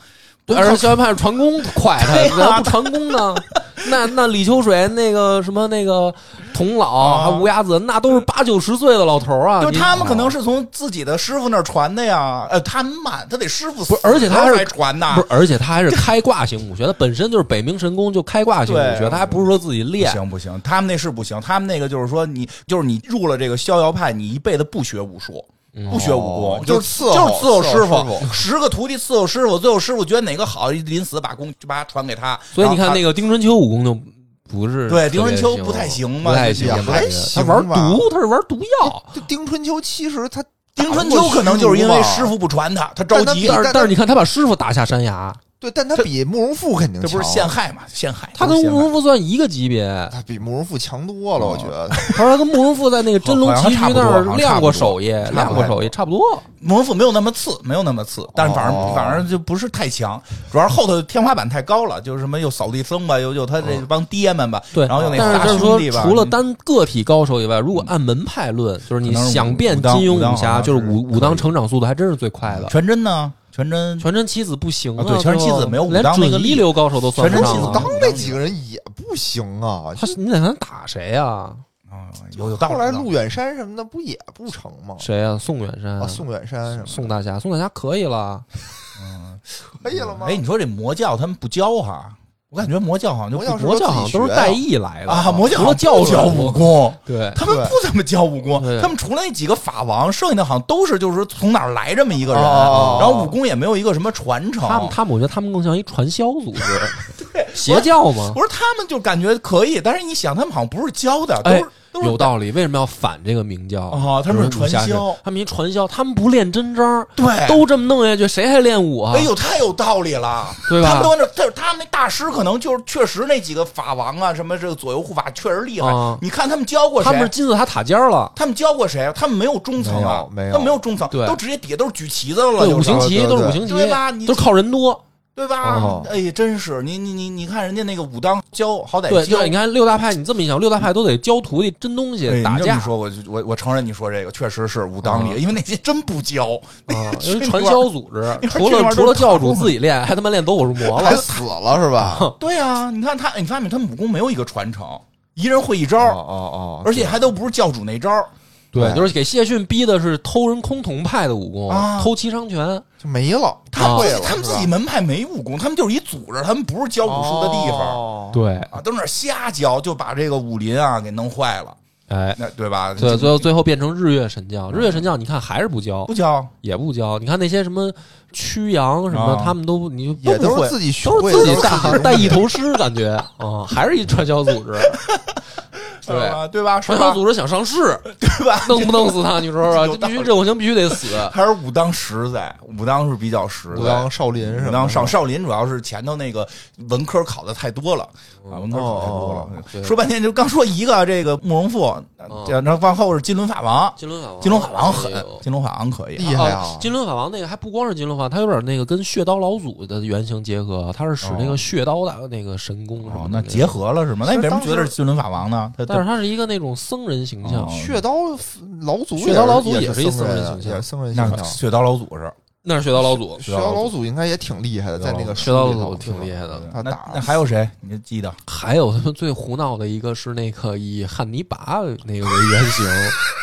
不
而
是
且逍遥派是传功快，他
对
怎
呀
么不传功呢？ 那那李秋水那个什么那个童老
啊
还无崖子，那都是八九十岁的老头儿啊，
靠，就
你
他们可能是从自己的师傅那儿传的呀。呃，他慢，他得师傅死
不是而且他还是
才传呐
不是，，而且他还是开挂型武学，他本身就是北冥神功就开挂型武
对
学，他还不是说自己
不
练，
行不行，他们那是不行，他们那个就是说你就是你入了这个逍遥派，你一辈子不学武术。
嗯
不学武功，
哦
就
就是伺候
就是
伺
师
候师，
十个徒弟伺候师傅，最后师傅觉得哪个好，临死把功就把他传给他。
所以你看那
个，
个丁春秋武功就不是
对
特别
丁春秋
行
不太行嘛
不太行
也，
不
还
太
行
他玩
吧
毒，他是玩毒药。
就丁春秋，其实他
丁春秋可能就是因为师傅不传他，他着
但他
急，
但
但是
是
但是你看他把师傅打下山崖，
对，但他比慕容复肯定
这
强，
不是陷害嘛？陷害，
他
都
跟
是陷
慕
害
容复算一个级别。
他比慕容复强多了，我觉得。
他说他跟慕容复在那个真龙
好
棋局那
像差不多
儿
好像
亮过手艺，
不多
亮过手艺差不多。
摩腹没有那么次，没有那么次，但是反正、
哦
反正就不是太强，主要是后头天花板太高了，就是什么又扫地僧吧，又又他这帮爹们吧，
对，
然后又那
但
仨
是就是
兄弟吧，嗯
说，除了单个体高手以外，如果按门派论，就是你
可能是
想变
武
金
当武
庸
当
武侠，
好像
就是
是
武
可以
武当成长速度还真是最快的。
全真呢，全真
全真七子不行
啊对全真七子没有武
连
当那个
准
厉
一流高手都算不
全真
上
七子
了
当
当那几个人也不行啊，
他是你在那打谁啊？
啊有有道理。
后来
有道理
陆远山什么的不也不成吗？
谁啊？宋远山、
啊，宋远山什么的
宋大侠，宋大侠可以了。
可以了吗？
哎，你说这魔教他们不教哈？我感觉魔教好像就
魔教
不
魔教好像都是带义来的
啊，魔教
除
好像
了教
不教武功。
对，
他们不怎么教武功
对，
他们除了那几个法王，剩下的好像都是就是说从哪儿来这么一个人，
哦哦哦
然后武功也没有一个什么传承。
他们他们我觉得他们更像一传销组 织，邪教嘛
不。是他们就感觉可以，但是你想，他们好像不是教啊的，都
哎
是、都是
有道理，为什么要反这个明教
啊他们是
就是武侠
传销
神他们一传销，他们不练真章，
对
都这么弄下去，谁还练武啊
哎？呦，太有道理了，
对吧
他们都按照，就是他们那大师可能就是确实那几个法王啊，什么这个左右护法确实厉害。
啊
你看他们教过谁？
他们是金字塔塔尖儿了，
他们教过谁？他们没有中层啊，
没有没有
他们没有中层，
对
都直接底下都是举旗子了，
对
就
五
是
行旗
对
都是
对
五行旗
对吧你，
都是靠人多。
对吧？
啊
哦
哎，真是你你你你看人家那个武当教，好歹
对
教
对，你看六大派，你这么一想，六大派都得教徒弟真东
哎
西，
你
打
这么
架
一说，我就我我承认你说这个确实是武当里，
啊
因为那些真不教，
啊，
去
因为
那
传
块儿
销组织
那块儿
除
去那块
了
儿
除
都
了
是
教
套
主
路
自己练，还他妈练走火入魔
还
了。
死了是吧？哦
对啊，你看他，你发现他们武功没有一个传承，一人会一招，
哦哦，
而且还都不是教主那招。
对，
对
就是给谢逊逼的是偷人崆峒派的武功，
啊
偷七伤拳。
就没了，
啊
他
会
们
了，
他们
是
自
吧
己门派没武功，他们就是一组织，他们不是教武术的地方、
哦
对，
啊，都是那儿瞎教，就把这个武林啊给弄坏了，
哎，
那对吧？
对，最后最后变成日月神教。日月神教，你看还是不教
不，教，
也不教。你看那些什么曲阳什么
啊，
他们都你
也
都
都
不会
是自己学
都
会
是
的，
自己带
带
带一头师，感觉啊、还是一传销组织。对，
啊、对吧？
传
是吧
销组织想上市，
对吧？
弄不弄死他？你说说，
有
这
道
必
理
须这种情必须得死。
还是武当实在，武当是比较实
武
在。
当少林什
武
么
当
的，
上少林主要是前头那个文科考的太多了啊，文科考太多
嗯哦哦嗯
了。
对
说半天就刚说一个这个慕容复，这然后往后是金轮法王，
金轮法王，
金轮法王狠
哎呦，哦
金轮法王可以
厉害啊！
金轮法王那个还不光是金轮法，他有点那个跟血刀老祖的原型结合，他是使那个血刀的那个神功什
哦
么，
那
的
结。合了是吗？那你为什么觉得是金轮法王呢？他
但是
他
他是一个那种僧人形象
哦，
血刀老祖也是，
血刀老祖也
也
是一僧人形象
也是僧人形
那
象。
血刀老祖是
那是血刀老祖，
血刀老祖应该也挺厉害的，在那个
血刀
书
老
里头
祖挺厉害的。
他
那
打
那还有谁？你就记得
还有他们最胡闹的一个是那个以汉尼拔那个为原型，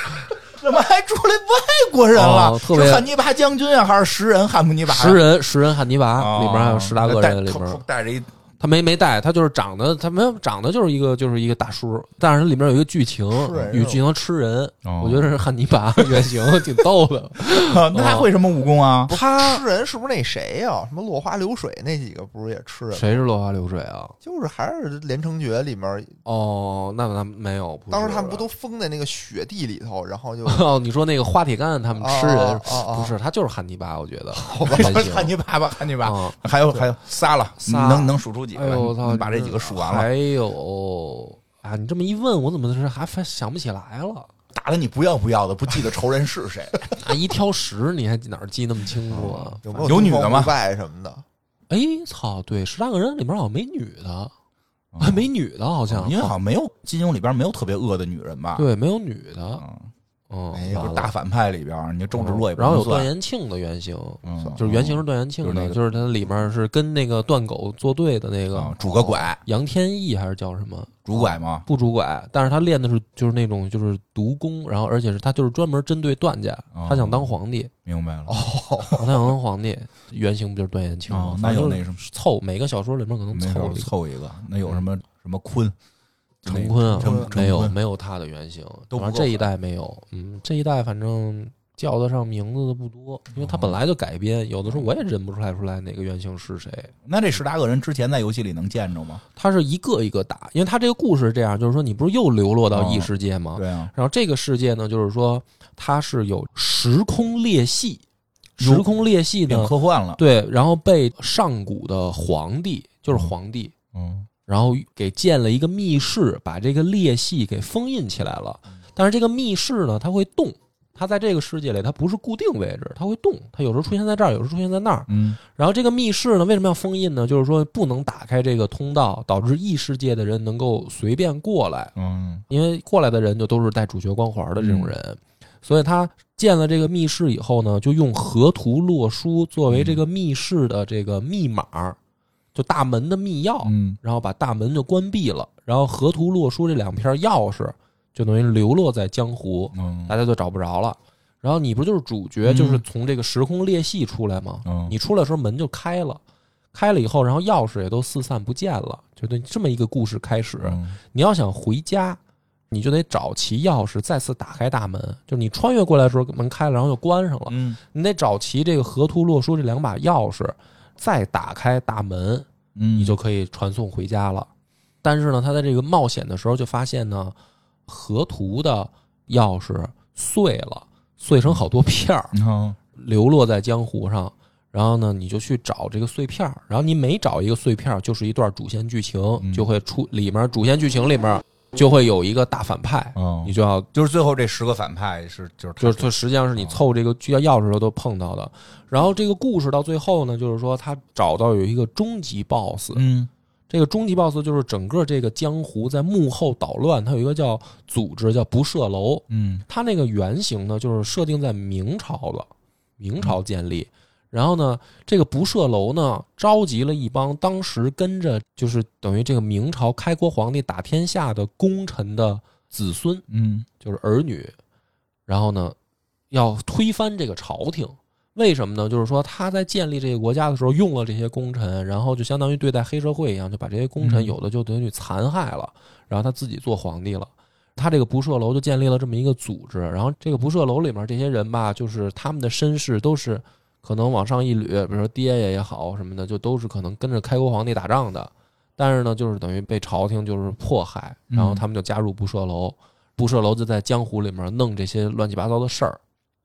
怎么还出来外国人了？
哦特别
是汉尼拔将军啊，还是十人汉尼拔？
食人食人汉尼拔、
哦
里边还有十大恶人里
带
边，
带着一
他没没带，他就是长得他没有长得就是一个就是一个大叔，但是它里面有一个剧情
吃人，
有剧情吃人，
哦
我觉得是汉尼拔原型 挺逗的。
那他会什么武功啊？
他
吃人是不是那谁呀？什么落花流水那几个不是也吃人吗？
谁是落花流水啊？
就是还是《连城诀》里面，
哦，那那没有，不是
当时
啊
他们不都封在那个雪地里头，然后就
哦？你说那个花铁干他们吃人
哦哦哦哦
不是他就是汉尼拔，我觉得原型
汉尼拔吧，汉尼拔，
啊
哦还有还有仨了，
仨
能能数出几个
哎
来？
呦我操！
你把这几个数完了，
还有啊，你这么一问，我怎么是还发想不起来了？
打的你不要不要的，不记得仇人是谁。
啊，一挑十，你还哪儿记那么清楚啊？
有没有
有女的吗
东方不败什么的，
哎，操，对，十大恶人里面好像没女的，
哦
还没女的，好像
因嗯为好像没有金庸里边没有特别恶的女人吧？
对，没有女的，
嗯，
嗯，
没有
就
完了嗯
是大反派里边，你就周芷若也不
哦然后有
能
段
算。
延庆的原型，
嗯
就是原型是段延庆
就是那
的，
个
就是它里面是跟那个段狗作对的那
啊
个，哦
拄个拐，
杨天意还是叫什么？
拄拐嘛。
不主拐，但是他练的是就是那种就是毒功，然后而且是他就是专门针对段家，
哦
他想当皇帝，
明白了。
哦他想当皇帝，原型不就是段延庆吗
哦？那有
反正
那什么
凑，每个小说里面可能
没
凑
有
了一个
凑一个，那有什么什么坤？就那
陈坤啊
陈
坤，
陈
没有
坤
没有他的原型，
都不
反正
够
这
狠
一代没有，嗯，这一代反正叫得上名字的不多，因为他
哦
本来就改编，有的时候我也认不出来出来哪个原型是谁。
那这十大恶人之前在游戏里能见着吗？
他是一个一个打，因为他这个故事是这样，就是说你不是又流落
哦
到异世界吗？
对啊，
然后这个世界呢，就是说它是有时空裂隙，
有
时空裂隙
变
呢，
科幻了。
对，然后被上古的皇帝，就是皇帝，
嗯，
然后给建了一个密室，把这个裂隙给封印起来了。但是这个密室呢，它会动，它在这个世界里它不是固定位置，它会动，它有时候出现在这儿，有时候出现在那儿。
嗯，
然后这个密室呢，为什么要封印呢？就是说不能打开这个通道，导致异世界的人能够随便过来，
嗯，
因为过来的人就都是带主角光环的这种人。所以他建了这个密室以后呢，就用河图洛书作为这个密室的这个密码，就大门的密钥。
嗯，
然后把大门就关闭了，然后河图洛书这两片钥匙就等于流落在江湖，
嗯，
大家就找不着了。然后你不就是主角，
嗯
就是从这个时空裂隙出来吗？
嗯
你出来的时候门就开了，开了以后，然后钥匙也都四散不见了，就对这么一个故事开始。
嗯
你要想回家，你就得找齐钥匙，再次打开大门。就是你穿越过来的时候，门开了，然后又关上了。
嗯
你得找齐这个河图洛书这两把钥匙，再打开大门，
嗯，
你就可以传送回家了。但是呢，他在这个冒险的时候就发现呢，河图的钥匙碎了，碎成好多片儿，
嗯
流落在江湖上。然后呢，你就去找这个碎片儿，然后你每找一个碎片儿，就是一段主线剧情，
嗯
就会出里面主线剧情里面就会有一个大反派，
哦
你就要
就是最后这十个反派是就是他
就是它实际上是你凑这个需要钥匙的时候都碰到的。然后这个故事到最后呢，就是说他找到有一个终极 BOSS，
嗯
这个终极 BOSS 就是整个这个江湖在幕后捣乱，它有一个叫组织叫不射楼，
嗯
它那个原型呢就是设定在明朝了，明朝建立。然后呢，这个不射楼呢召集了一帮当时跟着就是等于这个明朝开国皇帝打天下的功臣的子孙，
嗯
就是儿女。然后呢，要推翻这个朝廷。为什么呢？就是说他在建立这个国家的时候用了这些功臣，然后就相当于对待黑社会一样，就把这些功臣
嗯
有的就等于残害了，然后他自己做皇帝了。他这个不赦楼就建立了这么一个组织，然后这个不赦楼里面这些人吧，就是他们的身世都是可能往上一捋，比如说爹爷也好什么的，就都是可能跟着开国皇帝打仗的。但是呢，就是等于被朝廷就是迫害，
嗯
然后他们就加入不赦楼，不赦楼就在江湖里面弄这些乱七八糟的事儿，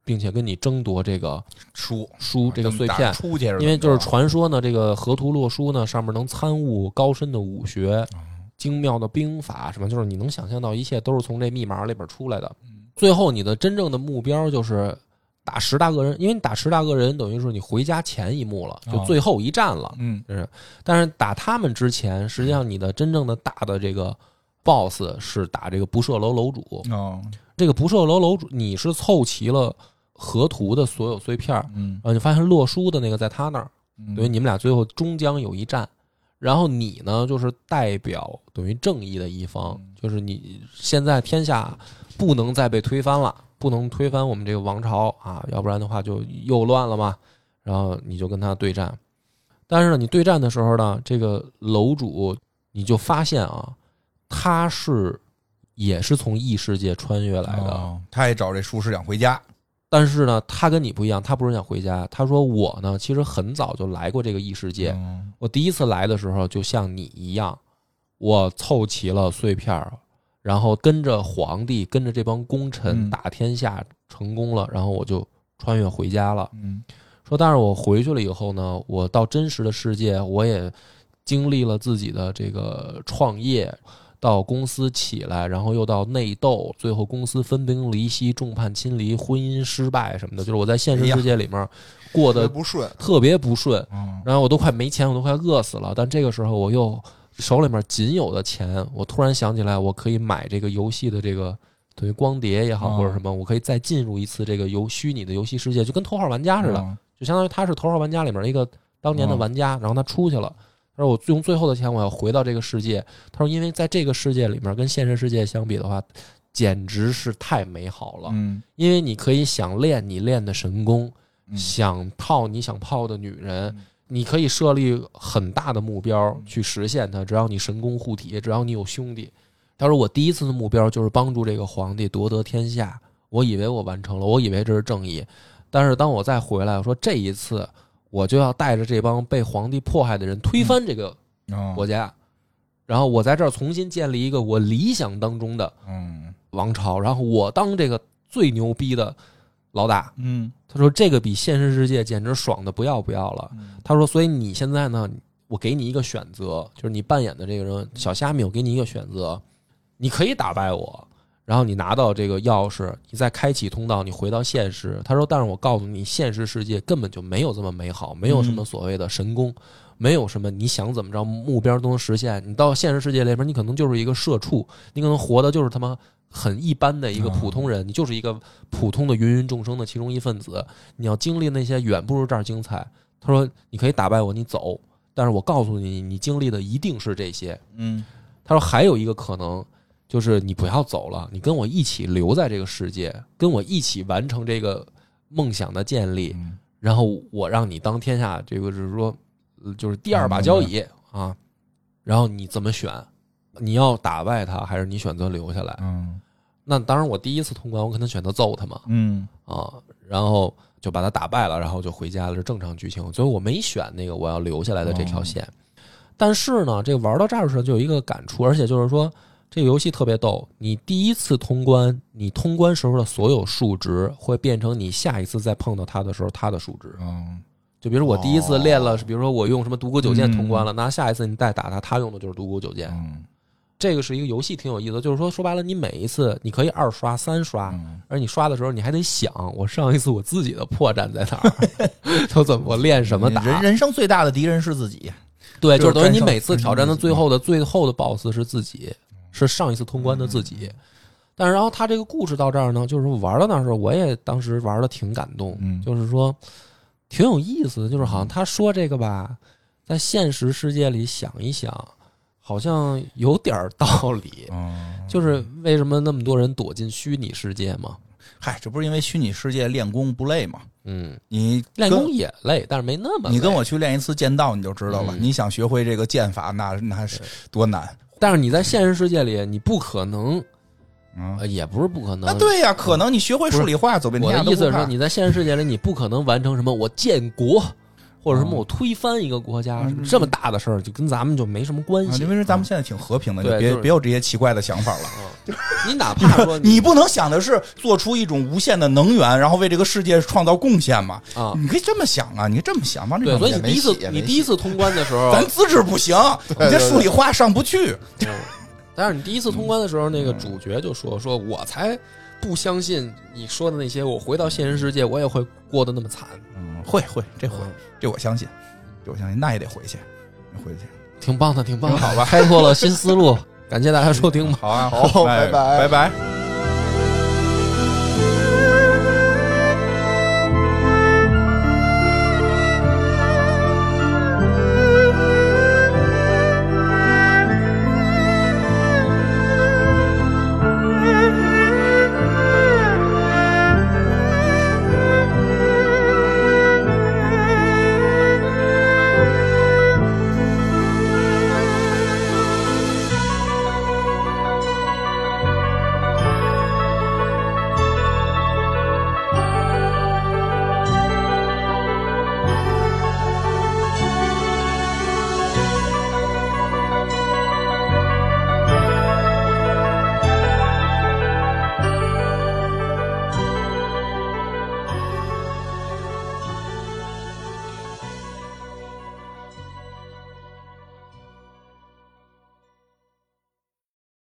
并且跟你争夺这个
书
书这个碎片，
出去，
因为就是传说呢，这个河图洛书呢上面能参悟高深的武学、精妙的兵法，什么就是你能想象到一切都是从这密码里边出来的。最后你的真正的目标就是打十大恶人，因为你打十大恶人等于是你回家前一幕了，就
啊
最后一战了。
嗯
就是，但是打他们之前，实际上你的真正的大的这个 boss 是打这个不射楼楼主。
哦
这个不射楼楼主，你是凑齐了河图的所有碎片儿，
嗯
然后你发现洛书的那个在他那儿，
嗯
等于你们俩最后终将有一战。然后你呢，就是代表等于正义的一方，
嗯
就是你现在天下不能再被推翻了，不能推翻我们这个王朝啊，要不然的话就又乱了嘛。然后你就跟他对战，但是呢，你对战的时候呢，这个楼主你就发现啊，他是也是从异世界穿越来的，
哦他也找这书是想回家，
但是呢，他跟你不一样，他不是想回家，他说我呢，其实很早就来过这个异世界，
嗯
我第一次来的时候，就像你一样，我凑齐了碎片儿，然后跟着皇帝，跟着这帮功臣
嗯
打天下，成功了，然后我就穿越回家了。
嗯
说，但是我回去了以后呢，我到真实的世界，我也经历了自己的这个创业，到公司起来，然后又到内斗，最后公司分崩离析，众叛亲离，婚姻失败什么的，就是我在现实世界里面过
特别
得
不顺，
特别不顺。
嗯
然后我都快没钱，我都快饿死了。但这个时候，我又手里面仅有的钱，我突然想起来，我可以买这个游戏的这个等于光碟也好，
嗯
或者什么，我可以再进入一次这个游虚拟的游戏世界，就跟头号玩家似的，
嗯
就相当于他是头号玩家里面一个当年的玩家，然后他出去了。他说：“我用最后的钱，我要回到这个世界。”他说：“因为在这个世界里面，跟现实世界相比的话，简直是太美好了。
嗯
因为你可以想练你练的神功，
嗯
想泡你想泡的女人，
嗯
你可以设立很大的目标去实现它。只要你神功护体，只要你有兄弟。他说：“我第一次的目标就是帮助这个皇帝夺得天下，我以为我完成了，我以为这是正义。但是当我再回来，我说这一次我就要带着这帮被皇帝迫害的人推翻这个
哦
国家，然后我在这儿重新建立一个我理想当中的
嗯
王朝，然后我当这个最牛逼的老大。
嗯
他说这个比现实世界简直爽的不要不要了。他说，所以你现在呢，我给你一个选择，就是你扮演的这个人小虾米，我给你一个选择，你可以打败我，然后你拿到这个钥匙，你再开启通道，你回到现实。他说，但是我告诉你，现实世界根本就没有这么美好，没有什么所谓的神功。没有什么你想怎么着目标都能实现，你到现实世界里边，你可能就是一个社畜，你可能活的就是他妈很一般的一个普通人，你就是一个普通的芸芸众生的其中一份子。你要经历那些远不如这儿精彩。他说：“你可以打败我，你走，但是我告诉你，你经历的一定是这些。
嗯”
他说：“还有一个可能，就是你不要走了，你跟我一起留在这个世界，跟我一起完成这个梦想的建立。
嗯
然后我让你当天下这个就是说，呃就是第二把交椅啊，然后你怎么选？你要打败他，还是你选择留下来？
嗯
那当然，我第一次通关，我可能选择揍他嘛
嗯
啊，然后就把他打败了，然后就回家了，是正常剧情。所以我没选那个我要留下来的这条线。但是呢，这个玩到这儿的时候就有一个感触，而且就是说。这个游戏特别逗，你第一次通关，你通关时候的所有数值会变成你下一次再碰到它的时候它的数值。
嗯
就比如我第一次
哦
练了，比如说我用什么独孤九剑通关
嗯
了，那下一次你再打他，他用的就是独孤九剑。
嗯
这个是一个游戏，挺有意思的。就是说，说白了，你每一次你可以二刷、三刷，
嗯
而你刷的时候，你还得想，我上一次我自己的破绽在哪儿， 都怎么我练什么
嗯人
打？
人生最大的敌人是自己，
对，
就
就是是等于你
战胜
每次挑战的
嗯
最后的最后的 BOSS 是自己，是上一次通关的自
嗯
己。但是然后他这个故事到这儿呢，就是玩到那时候，我也当时玩的挺感动，
嗯
就是说挺有意思的，就是好像他说这个吧，在现实世界里想一想，好像有点儿道理，
嗯
就是为什么那么多人躲进虚拟世界嘛？
嗨，这不是因为虚拟世界练功不累吗？
嗯，
你
练
跟
功也累，但是没那么
你跟
累，
我去练一次剑道，你就知道了。
嗯
你想学会这个剑法，那那是多难。
但是你在现实世界里，你不可能，
嗯，
呃也不是不可能。
那对呀、可能你学会数理化，走遍
嗯我
天下
的
都
意思
不
是
怕
说，你在现实世界里，你不可能完成什么我建国，或者什么
嗯
我推翻一个国家，
嗯
这么大的事儿，就跟咱们就没什么关
啊
系。
因为咱们现在挺和平的，
对
你别、
就是嗯
别有这些奇怪的想法了。
你哪怕 说
你不能想的是做出一种无限的能源，然后为这个世界创造贡献嘛？
啊，
你可以这么想啊，你可以这么想，往这
对，
种
所以
想
你
也没
第一次
戏也没
你第一次通关的时候，
咱资质不行，
对
你这
对
数理化上不去。
嗯但是你第一次通关的时候，那个主角就说：“说我才不相信你说的那些，我回到现实世界，我也会过得那么惨。
嗯，会会，这会
嗯
这我相信，这我相信，那也得回去，回去。”
挺棒的，挺棒的，
好吧
开拓了新思路。感谢大家收听吧。
好啊，
好
拜
拜
拜
拜
拜。